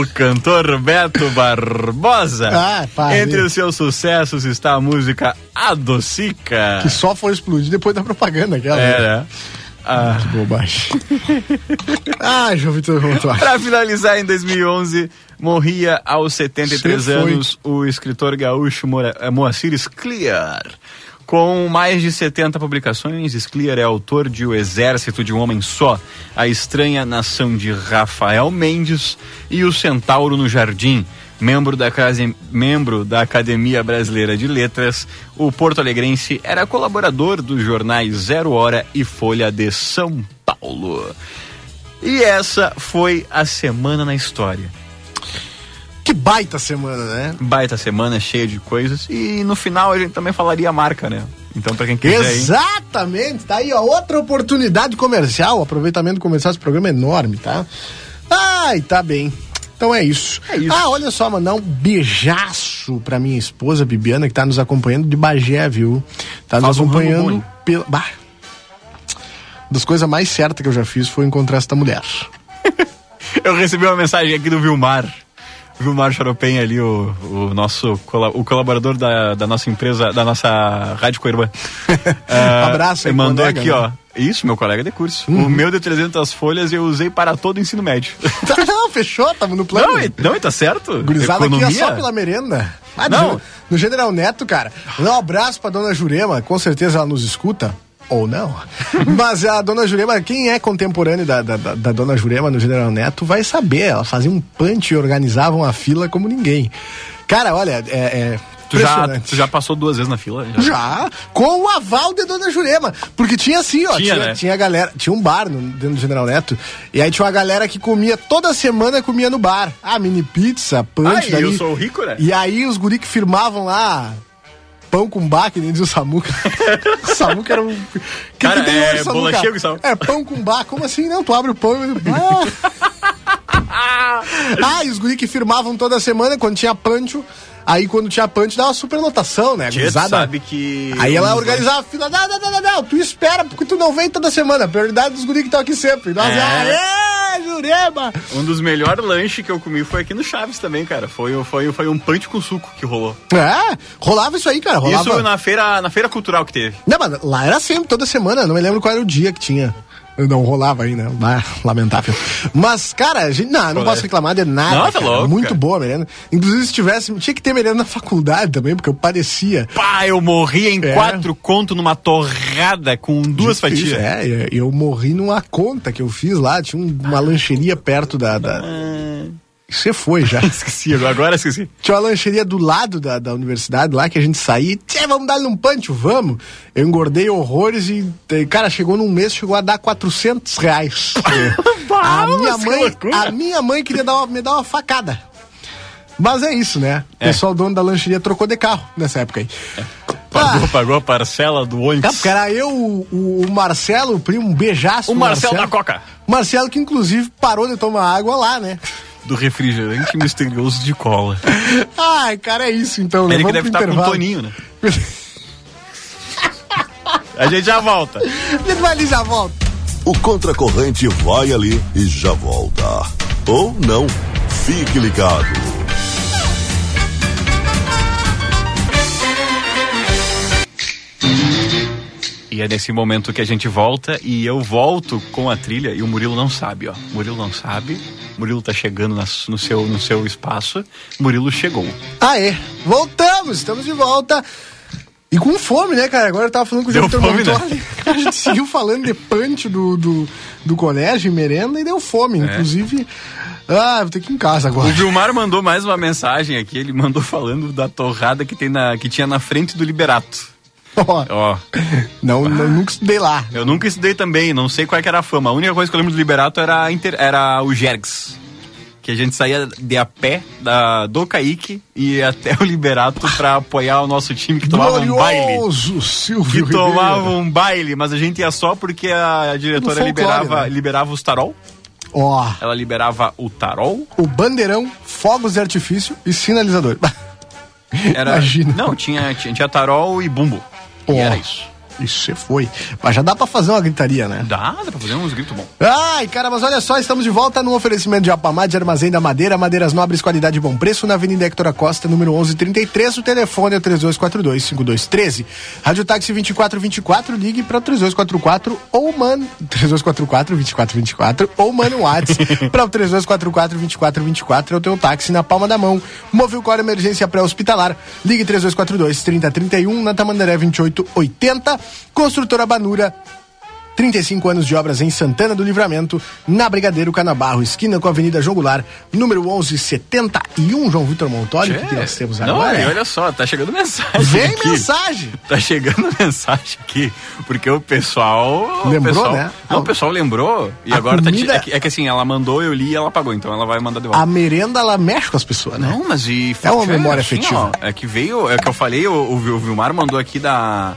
Speaker 2: o cantor Beto Barbosa.
Speaker 1: Ah, pá,
Speaker 2: Entre
Speaker 1: meu.
Speaker 2: os seus sucessos está a música Adocica.
Speaker 1: Que só foi explodir depois da propaganda aquela.
Speaker 2: É,
Speaker 1: né?
Speaker 2: né? Ah,
Speaker 1: Que
Speaker 2: *laughs*
Speaker 1: bobagem. ah, João Vitor Montuar.
Speaker 2: Pra finalizar, em 2011, morria aos 73
Speaker 1: Cê foi.
Speaker 2: anos o escritor gaúcho Mora- eh, Moacir Scliar. Com mais de 70 publicações, Scliar é autor de O Exército de um Homem Só, A Estranha Nação de Rafael Mendes e O Centauro no Jardim. Membro da, crase- membro da Academia Brasileira de Letras, o Porto Alegrense era colaborador dos jornais Zero Hora e Folha de São Paulo. E essa foi a semana na história.
Speaker 1: Que baita semana, né?
Speaker 2: Baita semana, cheia de coisas. E no final a gente também falaria a marca, né? Então, pra quem quiser. aí-
Speaker 1: Exatamente, tá aí, ó, outra oportunidade comercial, o aproveitamento comercial desse programa é enorme, tá? Ai, tá bem. Então é isso.
Speaker 2: É isso.
Speaker 1: Ah, olha só, mandar um beijaço pra minha esposa Bibiana, que tá nos acompanhando de Bagé, viu? Tá nos
Speaker 2: Faz um ramo
Speaker 1: acompanhando
Speaker 2: ruim.
Speaker 1: pela. Bah. Das coisas mais certas que eu já fiz foi encontrar esta mulher. *laughs*
Speaker 2: Eu recebi uma mensagem aqui do Vilmar. Vilmar Charopen ali, o, o nosso cola- o colaborador da, da nossa empresa, da nossa Rádio Coirbã. Ah,
Speaker 1: *laughs* Abraço aí,
Speaker 2: Ele mandou
Speaker 1: colega,
Speaker 2: aqui,
Speaker 1: né? Uhum.
Speaker 2: ó. Isso, meu colega de curso. O meu de 300 folhas eu usei para todo o ensino médio.
Speaker 1: Tá, não, fechou, tava no plano.
Speaker 2: Não, e- não, e tá certo?
Speaker 1: Gurizada aqui é
Speaker 2: Economia?
Speaker 1: só pela merenda. Ah,
Speaker 2: Não.
Speaker 1: No, no General Neto, cara. Mandar Um abraço pra dona Jurema, com certeza ela nos escuta. Ou
Speaker 2: *laughs*
Speaker 1: não. Mas a dona Jurema, quem é contemporâneo da, da, da- da dona Jurema no General Neto, vai saber. Ela fazia um punch e organizava uma fila como ninguém. Cara, olha, é. é
Speaker 2: Tu já,
Speaker 1: impressionante.
Speaker 2: tu já passou duas vezes na fila?
Speaker 1: *laughs* Já, com o aval de Dona Jurema. Porque tinha assim, ó. Tinha,
Speaker 2: Tinha,
Speaker 1: tinha,
Speaker 2: né?
Speaker 1: galera. Tinha um bar no- dentro do General Neto. E aí tinha uma galera que comia toda semana, comia no bar. Ah, mini pizza, punch.
Speaker 2: Ai,
Speaker 1: daí-
Speaker 2: eu sou rico, né?
Speaker 1: E aí os guri que firmavam lá. Pão com baque, nem diz o
Speaker 2: *laughs*
Speaker 1: Samuca. o Samuca era um. Que
Speaker 2: Cara,
Speaker 1: tem
Speaker 2: é
Speaker 1: hoje, Samuca?
Speaker 2: bolachinha com sal.
Speaker 1: É pão com baque. Como assim? Não, tu abre o pão
Speaker 2: *laughs*
Speaker 1: e. Ah. Ah, e os guri que firmavam toda semana quando tinha pancho. Aí quando tinha pancho dava superlotação, né? A
Speaker 2: Tietê
Speaker 1: gurizada-
Speaker 2: sabe que.
Speaker 1: Aí ela é "Ah,
Speaker 2: uns-
Speaker 1: organizava a fila. Não, não, não, não, não, tu espera, porque tu não vem toda semana. A prioridade dos guri que estão aqui sempre. Nós,
Speaker 2: É.
Speaker 1: aê, Jurema!
Speaker 2: Um dos melhores lanches que eu comi foi aqui no Chaves também, cara. Foi, o- foi, o- foi um punch com suco que rolou.
Speaker 1: É, rolava isso aí, cara, rolava.
Speaker 2: Isso na feira, na feira cultural que teve.
Speaker 1: Não, mas lá era sempre, toda semana, não me lembro qual era o dia que tinha. Não rolava aí, né? Bah, lamentável. Mas, cara, a gente, não, não
Speaker 2: Qual
Speaker 1: posso
Speaker 2: é?
Speaker 1: reclamar de nada.
Speaker 2: Não, tá
Speaker 1: cara.
Speaker 2: louco,
Speaker 1: Muito
Speaker 2: cara.
Speaker 1: boa a merenda. Inclusive, se tivesse, tinha que ter merenda na faculdade também, porque eu parecia.
Speaker 2: Pá, eu morri em
Speaker 1: É.
Speaker 2: quatro conto numa torrada com duas
Speaker 1: Difícil,
Speaker 2: fatias.
Speaker 1: É, e- e eu morri numa conta que eu fiz lá, tinha um- uma lancheria perto da. da... Você foi já.
Speaker 2: Ah. Esqueci, agora- agora esqueci.
Speaker 1: Tinha uma lancheria do lado da, da universidade lá que a gente saía. e, Tchê, vamos dar um punch, vamos. Eu engordei horrores e, eh, cara, chegou num mês, chegou a dar 400
Speaker 2: *laughs*
Speaker 1: reais. a, minha
Speaker 2: mas que
Speaker 1: mãe,
Speaker 2: loucura.
Speaker 1: a minha mãe queria dar uma- me dar uma facada. Mas é isso, né? O pessoal dono da lancheria trocou de carro nessa época aí.
Speaker 2: Pagou,
Speaker 1: Ah,
Speaker 2: pagou a parcela do
Speaker 1: tá,
Speaker 2: ônibus.
Speaker 1: porque era eu, o, o Marcelo, o primo, um beijaço.
Speaker 2: o
Speaker 1: pro
Speaker 2: Marcelo da Coca.
Speaker 1: Marcelo que inclusive parou de tomar água lá,
Speaker 2: *laughs*
Speaker 1: né?
Speaker 2: Do refrigerante misterioso de cola.
Speaker 1: Ai, cara, é isso então. né?
Speaker 2: Ele que
Speaker 1: Vamos
Speaker 2: deve
Speaker 1: pro
Speaker 2: estar com
Speaker 1: intervalo.
Speaker 2: o
Speaker 1: *laughs*
Speaker 2: Toninho, né? A gente já volta.
Speaker 1: Ele vai ali já volta.
Speaker 5: O contracorrente vai ali e já volta. Ou não. Fique ligado.
Speaker 2: E é nesse momento que a gente volta e eu volto com a trilha e o Murilo não sabe, ó. Murilo não sabe. Murilo tá chegando nas- no, seu, no seu espaço. Murilo chegou.
Speaker 1: Aê, Ah, é. voltamos, estamos de volta. E com fome, né, cara? Agora eu tava falando com o
Speaker 2: Deu
Speaker 1: Vitor
Speaker 2: fome, né?
Speaker 1: Montoli. *laughs* A gente seguiu falando de punch do, do, do colégio e merenda e deu
Speaker 2: É.
Speaker 1: fome. Inclusive, ah, vou ter que ir em casa
Speaker 2: O
Speaker 1: agora.
Speaker 2: Vilmar mandou mais uma mensagem aqui, ele mandou falando da torrada que, tem na, que tinha na frente do Liberato.
Speaker 1: *laughs* Ó,
Speaker 2: Ó,
Speaker 1: não,
Speaker 2: Ah.
Speaker 1: não, nunca estudei lá.
Speaker 2: eu nunca estudei também, não sei qual é que era a fama. A única coisa que eu lembro do Liberato era, a inter- era o Jergs. Que a gente saía de a pé da, do Kaique e ia até o Liberato pra apoiar o nosso time que tomava um baile.
Speaker 1: Glorioso Silvio
Speaker 2: que
Speaker 1: Ribeiro.
Speaker 2: tomava um baile, mas a gente ia só porque a diretora
Speaker 1: No folclore,
Speaker 2: liberava,
Speaker 1: né?
Speaker 2: liberava os tarol.
Speaker 1: Ó,
Speaker 2: Ela liberava o tarol.
Speaker 1: o bandeirão, fogos de artifício e sinalizador. *laughs*
Speaker 2: Era,
Speaker 1: Imagina.
Speaker 2: Não, tinha, tinha, tinha tarol e bumbo.
Speaker 1: Ó,
Speaker 2: E era isso.
Speaker 1: Isso você foi. Mas já dá pra fazer uma gritaria, né?
Speaker 2: Dá, dá pra fazer uns gritos bons.
Speaker 1: Ai, cara, mas olha só, estamos de volta no oferecimento de Apamad, Armazém da Madeira, Madeiras Nobres, qualidade e bom preço, na Avenida Hector Costa, número 1133, o telefone é 3242-5213. Rádio Táxi 2424, ligue para 3244 ou *laughs* manda... 3244-2424 ou manda um WhatsApp para o 3244-2424, é o teu táxi na palma da mão. Movil Core Emergência Pré-Hospitalar, ligue 3242-3031, na Tamandaré 2880, Construtora Banura, 35 anos de obras em Santana do Livramento, na Brigadeiro Canabarro, esquina com a Avenida Jogular, número 1171, João Vitor Montoli, o que nós temos
Speaker 2: não,
Speaker 1: agora?
Speaker 2: e olha só, tá chegando mensagem.
Speaker 1: Vem
Speaker 2: aqui.
Speaker 1: mensagem!
Speaker 2: Tá chegando *laughs* mensagem aqui, porque o pessoal. o
Speaker 1: Lembrou,
Speaker 2: pessoal-
Speaker 1: né?
Speaker 2: Não, o pessoal lembrou e
Speaker 1: A
Speaker 2: agora
Speaker 1: comida-
Speaker 2: tá. É que, é que assim, ela mandou, eu li e ela apagou, então ela vai mandar de volta.
Speaker 1: A merenda, ela mexe com as pessoas, né?
Speaker 2: Não, mas e.
Speaker 1: É uma
Speaker 2: foi
Speaker 1: memória afetiva.
Speaker 2: ó, é que veio, é que eu falei, o, o Vil- o Vilmar mandou aqui da,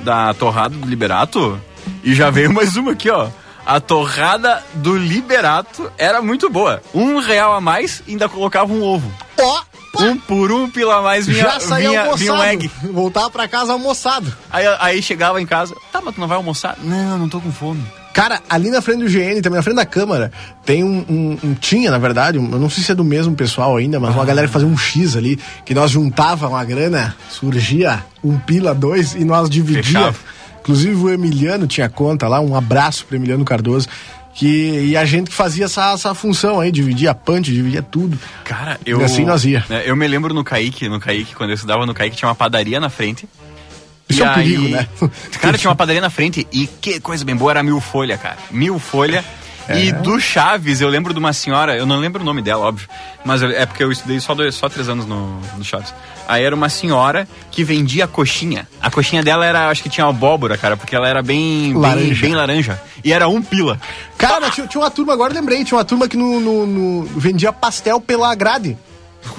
Speaker 2: da torrada do Liberato e já veio mais uma aqui, ó. A torrada do Liberato era muito boa. Um real a mais ainda colocava um ovo.
Speaker 1: Ó, pá,
Speaker 2: Um por um pila a mais vinha,
Speaker 1: já saiu
Speaker 2: vinha, vinha um
Speaker 1: almoçado.
Speaker 2: egg.
Speaker 1: Voltava pra casa almoçado.
Speaker 2: Aí, aí chegava em casa, tá, mas tu não vai almoçar? Não, não tô com fome.
Speaker 1: Cara, ali na frente do GN, também na frente da Câmara, tem um. um- um- tinha, na verdade, um- eu não sei se é do mesmo pessoal ainda, mas uma galera que fazia um X ali, que nós juntava uma grana, surgia um pila, dois, e nós dividia.
Speaker 2: Fechava.
Speaker 1: Inclusive o Emiliano tinha conta lá, um abraço pro Emiliano Cardoso. Que, e a gente que fazia essa, essa função aí, dividia punch, dividia tudo.
Speaker 2: Cara, eu.
Speaker 1: E assim nós ia.
Speaker 2: né, eu me lembro no Kaique, no Kaique, quando eu estudava no Kaique, tinha uma padaria na frente.
Speaker 1: Isso
Speaker 2: E
Speaker 1: é um
Speaker 2: aí-
Speaker 1: perigo, né?
Speaker 2: *laughs* Cara, tinha uma padaria na frente e que coisa bem boa era Mil Folha, cara. Mil Folha.
Speaker 1: É.
Speaker 2: E do Chaves, eu lembro de uma senhora, eu não lembro o nome dela, óbvio, mas eu- é porque eu estudei só, dois, só três anos no, no Chaves. Aí era uma senhora que vendia coxinha. A coxinha dela era, acho que tinha abóbora, cara, porque ela era bem bem-
Speaker 1: Laranja.
Speaker 2: bem laranja. E era um pila.
Speaker 1: Cara, mas tinha, tinha uma turma, agora eu lembrei, tinha uma turma que no, no- no- vendia pastel pela grade.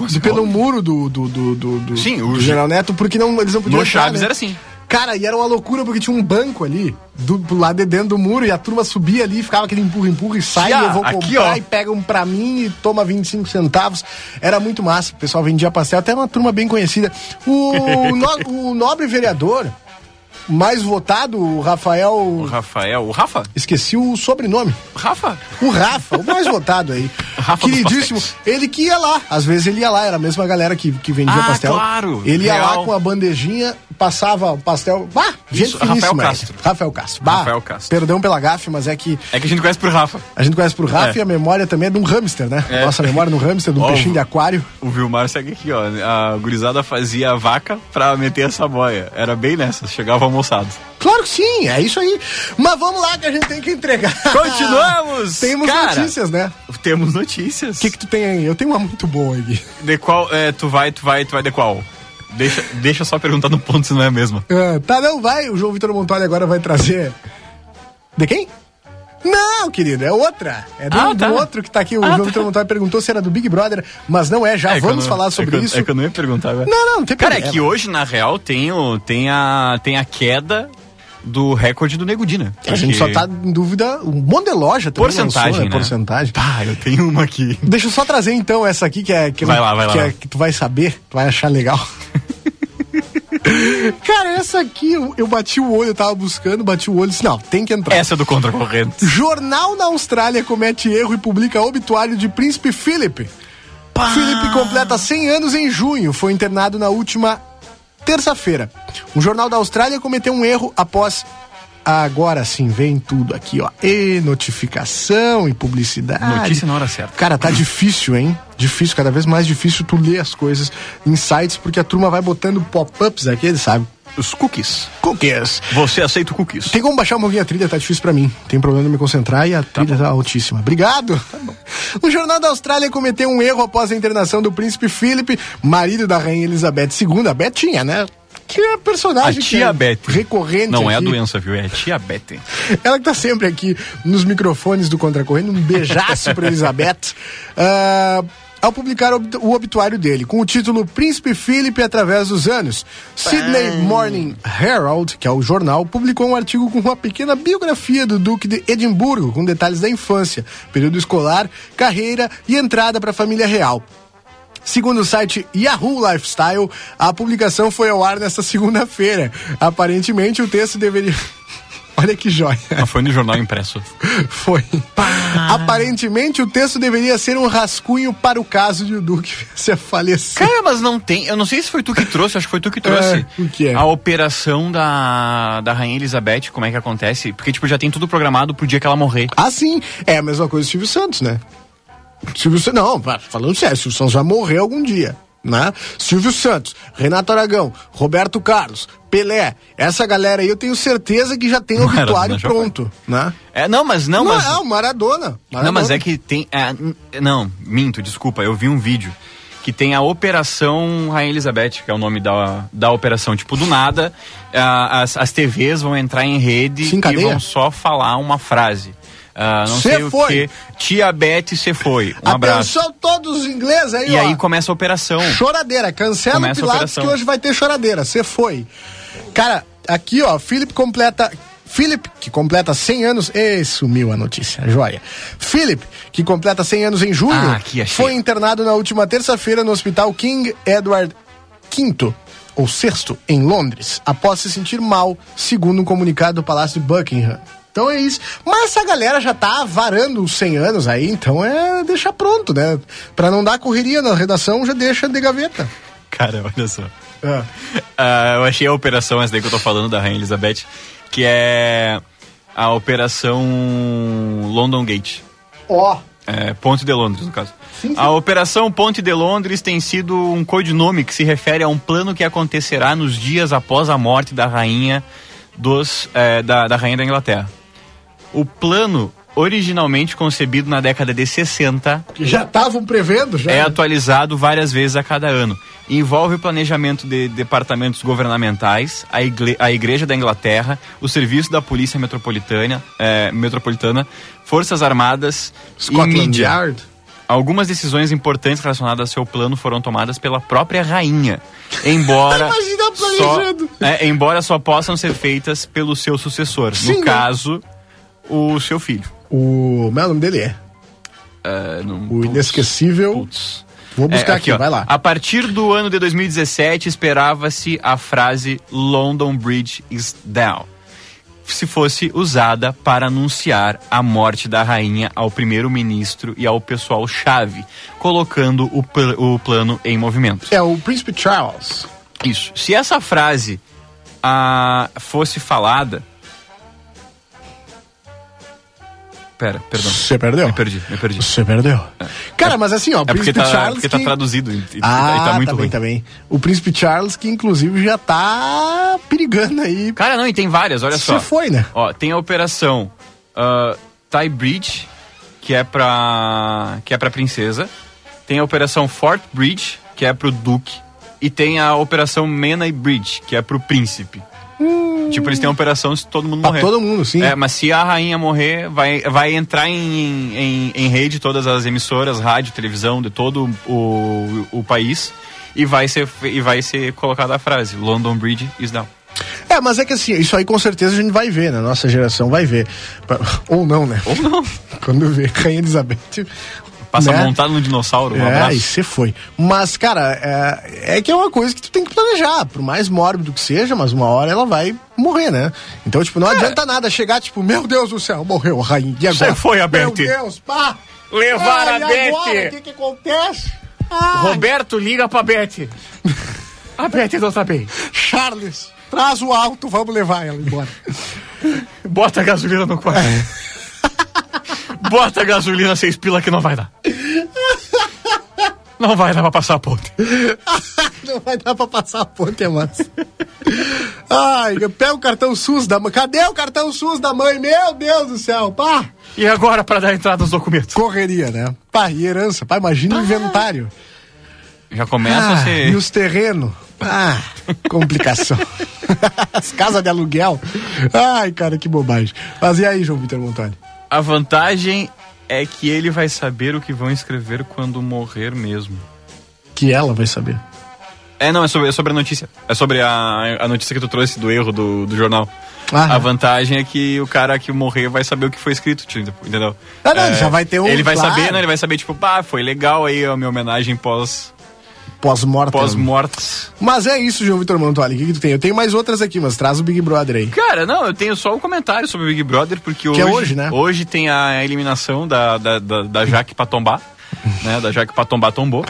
Speaker 2: assim?
Speaker 1: E pelo muro do, do, do, do, do-
Speaker 2: Sim, o
Speaker 1: do
Speaker 2: Ge-
Speaker 1: General Neto, porque não, eles não podiam
Speaker 2: No
Speaker 1: entrar,
Speaker 2: Chaves
Speaker 1: né?
Speaker 2: era assim.
Speaker 1: Cara, e era uma loucura porque tinha um banco ali, do, do lado de dentro do muro, e a turma subia ali, ficava aquele empurra, empurra e sai,
Speaker 2: Tia,
Speaker 1: eu vou
Speaker 2: aqui,
Speaker 1: comprar
Speaker 2: ó.
Speaker 1: e pega um pra mim e toma 25 centavos. Era muito massa, o pessoal vendia pastel, até uma turma bem conhecida.
Speaker 2: *laughs*
Speaker 1: O, no- o nobre vereador, mais votado, o
Speaker 2: O
Speaker 1: Rafael.
Speaker 2: Rafael, o Rafa?
Speaker 1: Esqueci o sobrenome.
Speaker 2: Rafa?
Speaker 1: O Rafa, o mais votado aí.
Speaker 2: *laughs* Rafa dos
Speaker 1: Queridíssimo. Ele que ia lá. Às vezes ele ia lá, era a mesma galera que, que vendia
Speaker 2: Ah,
Speaker 1: pastel.
Speaker 2: claro,
Speaker 1: Ele ia
Speaker 2: real.
Speaker 1: lá com a bandejinha, passava o pastel. Bah, gente
Speaker 2: Isso, Rafael
Speaker 1: finíssima.
Speaker 2: Castro.
Speaker 1: Rafael Castro. Bah,
Speaker 2: Rafael Castro.
Speaker 1: Perdão pela gafe, mas é que
Speaker 2: É que a gente conhece por Rafa.
Speaker 1: a gente conhece por Rafa
Speaker 2: É.
Speaker 1: e a memória também é de um hamster, né?
Speaker 2: É.
Speaker 1: Nossa memória é de um hamster, de um
Speaker 2: Ovo.
Speaker 1: peixinho de aquário.
Speaker 2: O Vilmar segue aqui, ó. A gurizada fazia a vaca pra meter essa boia. Era bem nessa, chegava almoçado.
Speaker 1: Claro que sim, é isso aí. Mas vamos lá que a gente tem que entregar.
Speaker 2: Continuamos!
Speaker 1: *laughs* Temos
Speaker 2: Cara,
Speaker 1: notícias, né?
Speaker 2: Temos notícias.
Speaker 1: O que, que tu tem aí? Eu tenho uma muito boa aí.
Speaker 2: De qual. É, tu vai, tu vai, tu vai de qual? Deixa, deixa eu só perguntar no ponto se não é a mesma.
Speaker 1: Ah, tá, não, vai. O João Vitor Montoli agora vai trazer. De quem? Não, querido, é outra. É do,
Speaker 2: Ah,
Speaker 1: do
Speaker 2: tá.
Speaker 1: outro que tá aqui. O
Speaker 2: Ah,
Speaker 1: João
Speaker 2: tá.
Speaker 1: Vitor Montoli perguntou se era do Big Brother, mas não é, já
Speaker 2: É que eu
Speaker 1: vamos
Speaker 2: não-
Speaker 1: falar
Speaker 2: é
Speaker 1: sobre
Speaker 2: que eu-
Speaker 1: isso.
Speaker 2: É que eu não ia perguntar agora.
Speaker 1: Não, não, não tem
Speaker 2: Cara, é
Speaker 1: problema.
Speaker 2: que hoje, na real, tem, o, tem, a, tem a queda do recorde do né? Negudina.
Speaker 1: A gente só tá em dúvida. Um monte de loja também
Speaker 2: Porcentagem,
Speaker 1: lançou, né?
Speaker 2: né?
Speaker 1: Porcentagem.
Speaker 2: Pá, eu tenho uma aqui.
Speaker 1: Deixa eu só trazer então essa aqui que é que,
Speaker 2: Vai lá, vai lá,
Speaker 1: que, é-
Speaker 2: vai.
Speaker 1: que tu vai saber, tu vai achar
Speaker 2: *laughs*
Speaker 1: legal. Cara, essa aqui eu, eu bati o olho, eu tava buscando, bati o olho e disse: não, tem que entrar.
Speaker 2: Essa é do contracorrente.
Speaker 1: Jornal na Austrália comete erro e publica obituário de príncipe Philip. Philip completa 100 anos em junho, foi internado na última terça-feira. Um jornal da Austrália cometeu um erro após. Agora sim, vem tudo aqui, ó. E notificação e publicidade.
Speaker 2: Notícia Ah, na hora certa.
Speaker 1: Cara, tá difícil, hein? Difícil, cada vez mais difícil tu ler as coisas em sites, porque a turma vai botando pop-ups aqueles, sabe?
Speaker 2: Os cookies.
Speaker 1: Cookies.
Speaker 2: Você aceita o cookies?
Speaker 1: Tem como baixar um pouquinho a trilha, tá difícil pra mim. Tem problema de me concentrar e a trilha tá altíssima. Obrigado.
Speaker 2: Tá
Speaker 1: O Jornal da Austrália cometeu um erro após a internação do príncipe Philip, marido da rainha Elizabeth II. A Betinha, né? que é a personagem
Speaker 2: A
Speaker 1: que é
Speaker 2: tia Beth.
Speaker 1: recorrente
Speaker 2: Não é a
Speaker 1: aqui.
Speaker 2: doença, viu? É a diabetes.
Speaker 1: Ela que tá sempre aqui nos microfones do Contracorrendo, um beijaço pra Elizabeth. Ah, ao publicar obit- o obituário dele, com o título Príncipe Philip através dos anos, Sydney Morning Herald, que é o jornal, publicou um artigo com uma pequena biografia do Duque de Edimburgo, com detalhes da infância, período escolar, carreira e entrada para a família real. Segundo o site Yahoo Lifestyle, a publicação foi ao ar nesta segunda-feira. Aparentemente, o texto deveria. *laughs* Olha que joia.
Speaker 2: Mas foi no jornal
Speaker 1: *laughs*
Speaker 2: impresso.
Speaker 1: Foi. Aparentemente, o texto deveria ser um rascunho para o caso de o Duque *laughs* se a falecer.
Speaker 2: Cara, mas não tem. Eu não sei se foi tu que trouxe, acho que foi tu que trouxe.
Speaker 1: É, o que é?
Speaker 2: A operação da, da Rainha Elizabeth, como é que acontece? Porque, tipo, já tem tudo programado pro dia que ela morrer.
Speaker 1: Ah, sim. É a mesma coisa do Silvio Santos, né? Silvio Santos. Não, pá, falando sério, Silvio Santos vai morrer algum dia. Né? Silvio Santos, Renato Aragão, Roberto Carlos, Pelé, essa galera aí eu tenho certeza que já tem o
Speaker 2: Maradona
Speaker 1: obituário
Speaker 2: já foi.
Speaker 1: pronto. Né?
Speaker 2: É, não, mas não,
Speaker 1: Não,
Speaker 2: mas.
Speaker 1: não, Maradona. Maradona.
Speaker 2: Não, mas é que tem. ah, n- não, minto, desculpa, eu vi um vídeo que tem a Operação Rainha Elizabeth, que é o nome da, da operação. Tipo, do nada, ah, as, as TVs vão entrar em rede
Speaker 1: Sim,
Speaker 2: e
Speaker 1: cadeia?
Speaker 2: vão só falar uma frase. Ah, não
Speaker 1: Cê
Speaker 2: sei o
Speaker 1: foi.
Speaker 2: quê. Tia Beth, você foi. Um abraço.
Speaker 1: Atenção todos os ingleses aí,
Speaker 2: E
Speaker 1: ó.
Speaker 2: aí começa a operação.
Speaker 1: Choradeira, cancela
Speaker 2: Começa a
Speaker 1: o Pilates que
Speaker 2: operação.
Speaker 1: hoje vai ter choradeira. Você foi. Cara, aqui ó, Philip completa. Philip, que completa 100 anos. Ei, sumiu a notícia, joia. Philip, que completa 100 anos em julho,
Speaker 2: Ah, aqui, achei.
Speaker 1: foi internado na última terça-feira no hospital King Edward V, ou VI, em Londres, após se sentir mal, segundo um comunicado do Palácio de Buckingham. Então é isso. Mas essa galera já tá varando os 100 anos aí, então é deixar pronto, né? Pra não dar correria na redação, já deixa de gaveta.
Speaker 2: Cara, olha só.
Speaker 1: É.
Speaker 2: Ah, eu achei a operação, essa daí que eu tô falando, da Rainha Elizabeth, que é a operação London Gate.
Speaker 1: Ó,
Speaker 2: É, Ponte de Londres, no caso.
Speaker 1: Sim, sim.
Speaker 2: A Operação Ponte de Londres tem sido um codinome que se refere a um plano que acontecerá nos dias após a morte da rainha dos, é, da, da rainha da Inglaterra. O plano, originalmente concebido na década de 60,
Speaker 1: já estavam prevendo já. né?
Speaker 2: é atualizado várias vezes a cada ano. Envolve o planejamento de departamentos governamentais, a, igle- a Igreja da Inglaterra, o Serviço da Polícia Metropolitana, eh, Metropolitana Forças Armadas e
Speaker 1: Scotland
Speaker 2: mídia.
Speaker 1: Yard.
Speaker 2: Algumas decisões importantes relacionadas ao seu plano foram tomadas pela própria rainha,
Speaker 1: *laughs*
Speaker 2: embora
Speaker 1: Imagina
Speaker 2: só,
Speaker 1: planejando.
Speaker 2: é, embora só possam ser feitas pelo seu sucessor,
Speaker 1: Sim,
Speaker 2: no
Speaker 1: né?
Speaker 2: caso, o seu filho.
Speaker 1: O meu nome dele é
Speaker 2: É, não-
Speaker 1: o
Speaker 2: putz,
Speaker 1: inesquecível.
Speaker 2: putz.
Speaker 1: Vou buscar
Speaker 2: É,
Speaker 1: aqui,
Speaker 2: ó.
Speaker 1: vai lá.
Speaker 2: A partir do ano de 2017, esperava-se a frase London Bridge is down. Se fosse usada para anunciar a morte da rainha ao primeiro-ministro e ao pessoal-chave, colocando o, pl- o plano em movimento.
Speaker 1: É o Príncipe Charles.
Speaker 2: Isso. Se essa frase ah, fosse falada. Pera, perdão.
Speaker 1: Você perdeu?
Speaker 2: Me perdi, me perdi.
Speaker 1: Você perdeu. Cara, mas assim, ó, o
Speaker 2: É porque
Speaker 1: Príncipe
Speaker 2: tá,
Speaker 1: Charles.
Speaker 2: porque tá
Speaker 1: que-
Speaker 2: traduzido. E, e- e
Speaker 1: Ah,
Speaker 2: tá muito ruim.
Speaker 1: também, também. O Príncipe Charles, que inclusive já tá perigando aí.
Speaker 2: Cara, não, e tem várias, olha só.
Speaker 1: Se foi, né?
Speaker 2: Ó, tem a operação ah, Thai Bridge, que é pra. que é pra princesa. Tem a operação Fort Bridge, que é pro Duque. E tem a operação Menai Bridge, que é pro príncipe. Tipo, eles têm a operação se todo mundo
Speaker 1: Hum. Pra
Speaker 2: morrer.
Speaker 1: todo mundo, sim.
Speaker 2: É, mas se a rainha morrer, vai, vai entrar em, em, em rede todas as emissoras, rádio, televisão, de todo o, o país. E vai ser, e vai ser colocada a frase: London Bridge is down.
Speaker 1: É, mas é que assim, isso aí com certeza a gente vai ver, né? Nossa geração vai ver. Pra- Ou não, né?
Speaker 2: Ou não.
Speaker 1: *laughs* Quando vê Rainha Elizabeth.
Speaker 2: Passa
Speaker 1: né?
Speaker 2: montado no dinossauro, um
Speaker 1: É,
Speaker 2: abraço.
Speaker 1: e você foi. Mas, cara, é, é que é uma coisa que tu tem que planejar. Por mais mórbido que seja, mas uma hora ela vai morrer, né? Então, tipo, não
Speaker 2: É.
Speaker 1: adianta nada chegar, tipo, meu Deus do céu, morreu a rainha. E agora?
Speaker 2: Cê foi, a
Speaker 1: Meu
Speaker 2: Beth.
Speaker 1: Deus, pá!
Speaker 2: Levaram
Speaker 1: Ai,
Speaker 2: a
Speaker 1: e agora?
Speaker 2: Beth.
Speaker 1: O que, que acontece? Ah,
Speaker 2: Roberto, liga pra Beth. A Beth não tá bem.
Speaker 1: Charles, traz o alto, vamos levar ela embora. *laughs*
Speaker 2: Bota a gasolina no quarto.
Speaker 1: É.
Speaker 2: *laughs* Bota a gasolina seis pila que não vai dar. Não vai dar pra passar a ponte.
Speaker 1: Não vai dar pra passar a ponte, é massa. Ai, pega o cartão SUS da mãe. Cadê o cartão SUS da mãe? Meu Deus do céu, pá!
Speaker 2: E agora pra dar entrada nos documentos?
Speaker 1: Correria, né? Pá, e herança. Pá, imagina o inventário.
Speaker 2: Já começa
Speaker 1: Ah,
Speaker 2: a ser.
Speaker 1: E os terrenos. Ah, *laughs* complicação. As casas de aluguel. Ai, cara, que bobagem. Mas e aí, João Vitor Montoni?
Speaker 2: A vantagem é que ele vai saber o que vão escrever quando morrer mesmo.
Speaker 1: Que ela vai saber.
Speaker 2: É, não, é sobre, é sobre a notícia. É sobre a, a notícia que tu trouxe do erro do, do jornal.
Speaker 1: Aham.
Speaker 2: A vantagem é que o cara que morrer vai saber o que foi escrito, tipo, entendeu?
Speaker 1: Ah, não,
Speaker 2: É,
Speaker 1: já vai ter um,
Speaker 2: Ele vai
Speaker 1: claro.
Speaker 2: saber, né? Ele vai saber, tipo, pá, foi legal aí a minha homenagem pós,
Speaker 1: Pós-mortem.
Speaker 2: pós-mortes.
Speaker 1: Mas é isso, João Vitor Montoli. O que, que tu tem? Eu tenho mais outras aqui, mas traz o Big Brother aí.
Speaker 2: Cara, não, eu tenho só um comentário sobre o Big Brother, porque hoje.
Speaker 1: é hoje, né?
Speaker 2: hoje tem a eliminação da, da, da, da
Speaker 1: *laughs*
Speaker 2: Jaque Patombá. Né, da Jaque Patombá tombou.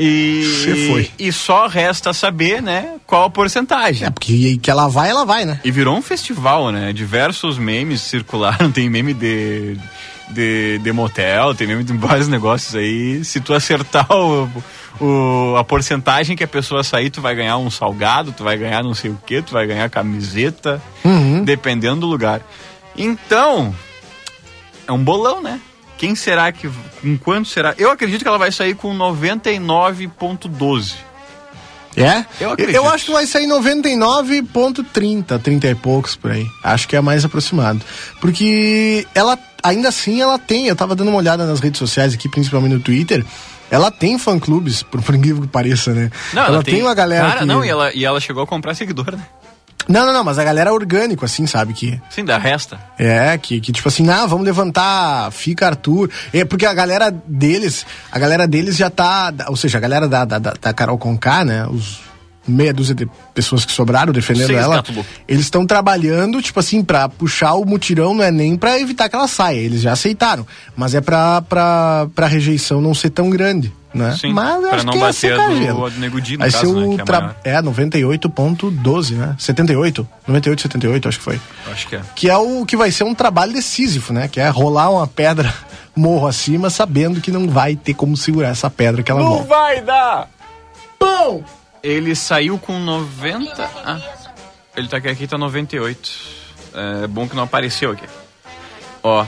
Speaker 2: E,
Speaker 1: Se foi.
Speaker 2: e só resta saber, né, qual a porcentagem.
Speaker 1: É, porque que ela vai, ela vai, né?
Speaker 2: E virou um festival, né? Diversos memes circularam, *laughs* tem meme de, de, de motel, tem meme de vários negócios aí. Se tu acertar o, o- a porcentagem que a pessoa sair, tu vai ganhar um salgado, tu vai ganhar não sei o que, tu vai ganhar camiseta,
Speaker 1: Uhum.
Speaker 2: dependendo do lugar. Então, é um bolão, né? Quem será que. Com quanto será? Eu acredito que ela vai sair com 99,12.
Speaker 1: É?
Speaker 2: Eu acredito.
Speaker 1: acho que vai sair 99.30, 30 e poucos por aí. Acho que é mais aproximado. Porque ela, ainda assim, ela tem, eu tava dando uma olhada nas redes sociais aqui, principalmente no Twitter, ela tem fã-clubes, *laughs* por, por incrível que pareça, né?
Speaker 2: Não,
Speaker 1: tem... uma galera
Speaker 2: Cara,
Speaker 1: que...
Speaker 2: não, e ela, e ela chegou a comprar seguidor, né?
Speaker 1: Não, não, não, mas a galera orgânico, assim, sabe, que
Speaker 2: Sim, da resta.
Speaker 1: É, que, que tipo assim, ah, vamos levantar, fica Arthur. É, porque a galera deles, a galera deles já tá. da- Ou seja, a galera da, da, da, da Carol Conká, né? Os meia dúzia de pessoas que sobraram defendendo
Speaker 2: Seis
Speaker 1: ela.
Speaker 2: gato louco.
Speaker 1: Eles estão trabalhando, tipo assim, pra puxar o mutirão, não é nem pra evitar que ela saia. Eles já aceitaram. Mas é pra, pra, pra rejeição não ser tão grande. Né?
Speaker 2: Sim,
Speaker 1: Mas eu
Speaker 2: pra
Speaker 1: acho
Speaker 2: não
Speaker 1: que é
Speaker 2: bater a do-
Speaker 1: secagelo.
Speaker 2: a do Nego Di, no
Speaker 1: Vai ser
Speaker 2: caso,
Speaker 1: o
Speaker 2: né, que é
Speaker 1: tra-
Speaker 2: maior.
Speaker 1: é 98.12, né? 78? 98, 78, acho que foi
Speaker 2: Eu Acho que é.
Speaker 1: que é o que vai ser um trabalho de Sísifo, né? Que é rolar uma pedra *laughs* morro acima, sabendo que não vai ter como segurar essa pedra que ela morre.
Speaker 2: vai dar! Bom! Ele saiu com 90. Ah, ele tá aqui, aqui tá 98. É bom que não apareceu aqui. Ó.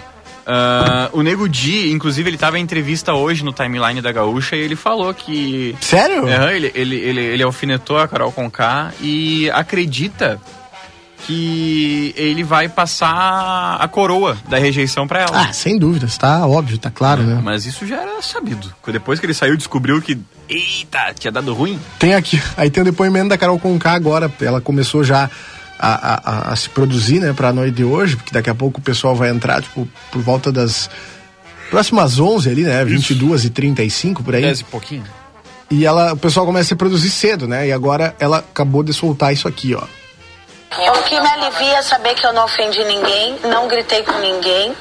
Speaker 2: ah, o Nego Di, inclusive, ele tava em entrevista hoje no timeline da Gaúcha e ele falou que.
Speaker 1: Sério?
Speaker 2: Aham, ele, ele, ele, ele alfinetou a Carol Conká e acredita que ele vai passar a coroa da rejeição pra ela.
Speaker 1: Ah, sem dúvidas, tá óbvio, tá claro, né?
Speaker 2: Mas isso já era sabido. Depois que ele saiu, descobriu que. Eita, tinha dado ruim.
Speaker 1: Tem aqui, aí tem o depoimento da Carol Conká agora, ela começou já a, a- a- a se produzir, né, pra noite de hoje, porque daqui a pouco o pessoal vai entrar, tipo, por volta das próximas 11 ali, né, 22 e 35 por aí.
Speaker 2: e pouquinho.
Speaker 1: E ela, o pessoal começa a se produzir cedo, né, e agora ela acabou de soltar isso aqui, ó.
Speaker 6: O que me alivia é saber que eu não ofendi ninguém, não gritei com ninguém,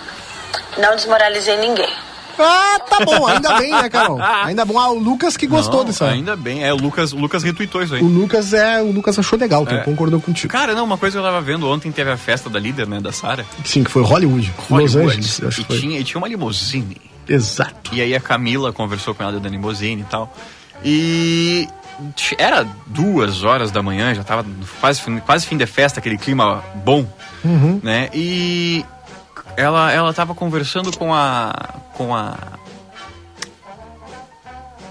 Speaker 6: não desmoralizei ninguém.
Speaker 1: Ah, tá bom, ainda bem, né, Carol? Ainda bom. Ah, o Lucas que gostou
Speaker 2: Não,
Speaker 1: disso aí.
Speaker 2: ainda bem. É, o Lucas, o Lucas retweetou isso aí.
Speaker 1: O Lucas é. O Lucas achou legal, que
Speaker 2: É.
Speaker 1: ele concordou contigo.
Speaker 2: Cara, não, uma coisa que eu tava vendo, ontem teve a festa da líder, né, da Sara.
Speaker 1: Sim, que foi Hollywood. Los
Speaker 2: Hollywood.
Speaker 1: Angeles, eu acho
Speaker 2: e,
Speaker 1: que foi.
Speaker 2: tinha, e tinha uma limusine.
Speaker 1: Exato.
Speaker 2: E aí a Camila conversou com ela da limusine e tal. E t- era duas horas da manhã, já tava quase, fin- quase fim de festa, aquele clima bom, né? E ela, ela tava conversando com a... com a...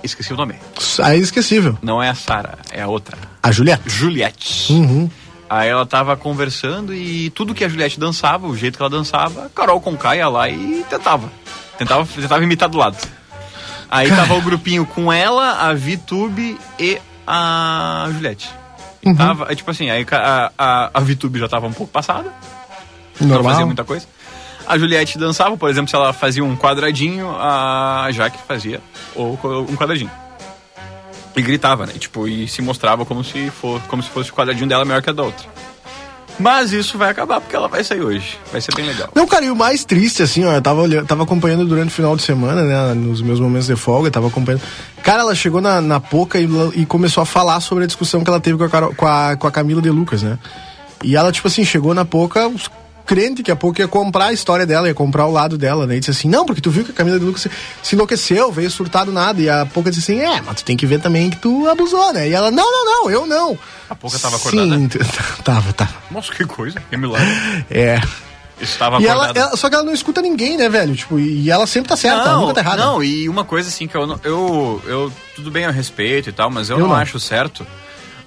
Speaker 2: Esqueci o nome.
Speaker 1: Aí é esquecível.
Speaker 2: Não é a Sara, é a outra.
Speaker 1: A Juliette.
Speaker 2: Juliette. Aí ela tava conversando e tudo que a Juliette dançava, o jeito que ela dançava, a Carol Conká ia lá e tentava. Tentava, tentava imitar do lado. Aí tava o grupinho com ela, a VTube e a Juliette. E Tava, é tipo assim, aí ca- a, a, a VTube já tava um pouco passada, não fazia
Speaker 1: Normal.
Speaker 2: muita coisa. A Juliette dançava, por exemplo, se ela fazia um quadradinho, a Jaque fazia ou co- um quadradinho. E gritava, né? E, tipo, e se mostrava como se, for, como se fosse o quadradinho dela maior que a da outra. Mas isso vai acabar porque ela vai sair hoje. Vai ser bem legal.
Speaker 1: Não, cara, e o mais triste, assim, ó, eu tava, olhando, tava acompanhando durante o final de semana, né, nos meus momentos de folga, eu tava acompanhando. Cara, ela chegou na, na Poca e, la- e começou a falar sobre a discussão que ela teve com a, Carol- com a, com a Camila de Lucas, né? E ela, tipo assim, chegou na Poca, os crente que a pouco ia comprar a história dela, ia comprar o lado dela, né? E disse assim, não, porque tu viu que a Camila de Lucas se- se enlouqueceu, veio surtado nada. E a Poca disse assim, é, mas tu tem que ver também que tu abusou, né? E ela, não, não, não, eu não.
Speaker 2: A Poca tava acordada?
Speaker 1: Sim, *laughs* tava, tava.
Speaker 2: Nossa, que coisa. Que *laughs* milagre.
Speaker 1: É,
Speaker 2: Estava
Speaker 1: e ela,
Speaker 2: acordada.
Speaker 1: ela- só que ela não escuta ninguém, né, velho? Tipo, e ela sempre tá certa, ela nunca tá errada.
Speaker 2: Não, e uma coisa assim que eu não- eu, eu tudo bem eu respeito e tal, mas eu,
Speaker 1: Eu
Speaker 2: não,
Speaker 1: não.
Speaker 2: acho certo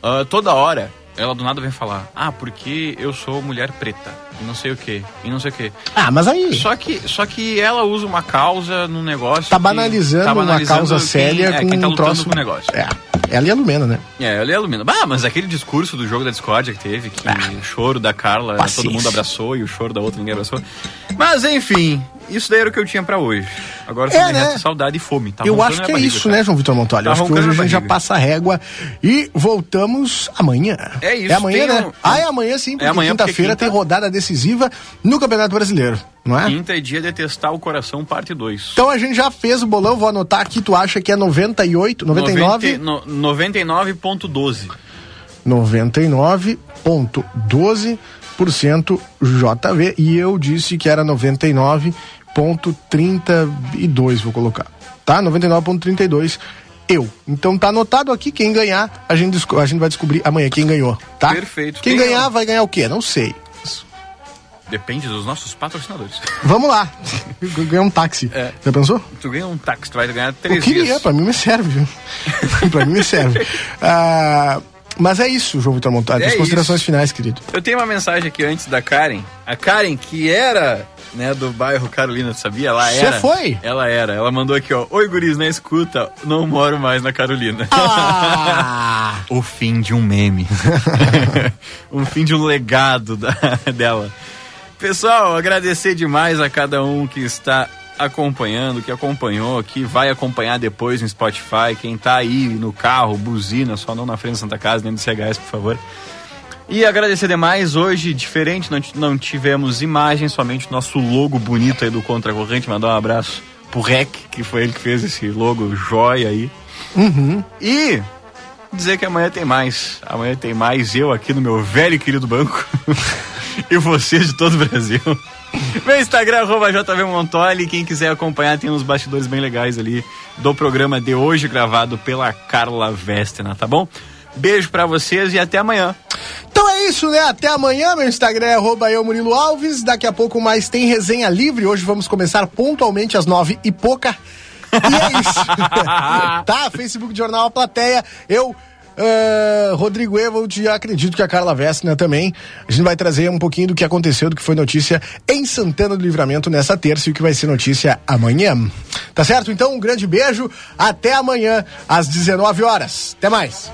Speaker 2: ah, toda hora ela do nada vem falar: Ah, porque eu sou mulher preta, e não sei o quê, e não sei o quê.
Speaker 1: Ah, mas aí.
Speaker 2: Só que, só que ela usa uma causa no negócio.
Speaker 1: Tá
Speaker 2: que-
Speaker 1: banalizando uma causa
Speaker 2: quem-
Speaker 1: séria
Speaker 2: é,
Speaker 1: com
Speaker 2: quem tá
Speaker 1: um
Speaker 2: lutando
Speaker 1: troço-
Speaker 2: com o negócio.
Speaker 1: É. Ela e a Lumena, né?
Speaker 2: É, ele alumina. Ah, mas aquele discurso do jogo da discórdia que teve, que o choro da Carla,
Speaker 1: Ah. Paciência.
Speaker 2: todo mundo abraçou e o choro da outra ninguém abraçou. Mas enfim, isso daí era o que eu tinha pra hoje. Agora só
Speaker 1: É,
Speaker 2: me
Speaker 1: né?
Speaker 2: resta saudade e fome. Tá
Speaker 1: Eu
Speaker 2: roncando
Speaker 1: acho
Speaker 2: minha
Speaker 1: que é
Speaker 2: barriga,
Speaker 1: isso,
Speaker 2: cara.
Speaker 1: né, João Vitor Montoalho?
Speaker 2: Tá
Speaker 1: acho que hoje
Speaker 2: roncando
Speaker 1: a
Speaker 2: minha
Speaker 1: gente já
Speaker 2: barriga.
Speaker 1: passa a régua e voltamos amanhã.
Speaker 2: É isso,
Speaker 1: É amanhã,
Speaker 2: tem
Speaker 1: né?
Speaker 2: um-
Speaker 1: Ah, é amanhã sim, porque
Speaker 2: É amanhã, porque
Speaker 1: quinta-feira
Speaker 2: quinta-
Speaker 1: tem rodada decisiva no Campeonato Brasileiro, não é?
Speaker 2: Quinta é dia de testar o coração, parte 2.
Speaker 1: Então a gente já fez o bolão, vou anotar aqui, tu acha que é 98, 99?
Speaker 2: 99.12.
Speaker 1: 99,12% JV e eu disse que era 99,32, vou colocar. Tá? 99,32 eu. Então tá anotado aqui quem ganhar, a gente, desco- a gente vai descobrir amanhã quem ganhou, tá?
Speaker 2: Perfeito.
Speaker 1: Quem,
Speaker 2: Quem
Speaker 1: ganhar
Speaker 2: ganhou?
Speaker 1: vai ganhar o quê? Não sei.
Speaker 2: Depende dos nossos patrocinadores.
Speaker 1: Vamos lá. *laughs* Ganhar um táxi.
Speaker 2: É.
Speaker 1: Já pensou?
Speaker 2: tu ganha um táxi, tu vai ganhar
Speaker 1: Eu
Speaker 2: três
Speaker 1: queria,
Speaker 2: dias.
Speaker 1: pra mim me serve. *laughs* pra mim me
Speaker 2: *laughs*
Speaker 1: serve. Ah, mas é isso, João Vitor Montalho.
Speaker 2: É
Speaker 1: As considerações
Speaker 2: isso.
Speaker 1: finais, querido.
Speaker 2: Eu tenho uma mensagem aqui antes da Karen. A Karen, que era né, do bairro Carolina, tu sabia? Ela
Speaker 1: Cê
Speaker 2: era.
Speaker 1: foi?
Speaker 2: Ela era. Ela mandou aqui, ó. Oi, guris, na escuta, não moro mais na Carolina. *laughs* o fim de um meme. *laughs* um fim de um legado da- dela. Pessoal, agradecer demais a cada um que está acompanhando, que acompanhou, que vai acompanhar depois no Spotify, quem tá aí no carro, buzina, só não na frente da Santa Casa, nem do CHS, por favor. E agradecer demais, hoje, diferente, não, t- não tivemos imagem, somente o nosso logo bonito aí do Contra Corrente, mandar um abraço pro Rec, que foi ele que fez esse logo joia aí. E dizer que amanhã tem mais. Amanhã tem mais eu aqui no meu velho e querido banco. *laughs* e vocês de todo o Brasil. Meu Instagram, arroba JV Montoli. Quem quiser acompanhar, tem uns bastidores bem legais ali do programa de hoje, gravado pela Carla Vestena, tá bom? Beijo pra vocês e até amanhã.
Speaker 1: Então é isso, né? Até amanhã. Meu Instagram é arroba eu, Murilo Alves. Daqui a pouco mais tem resenha livre. Hoje vamos começar pontualmente às nove e pouca. E é isso. tá? Facebook de Jornal A Plateia. Eu. eh, Rodrigo Evald, e acredito que a Carla Vessner também. A gente vai trazer um pouquinho do que aconteceu, do que foi notícia em Santana do Livramento nessa terça e o que vai ser notícia amanhã. Tá certo? Então, um grande beijo. Até amanhã, às 19 horas. Até mais.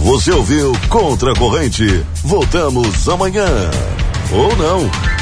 Speaker 5: Você ouviu Contra a Corrente? Voltamos amanhã. Ou não.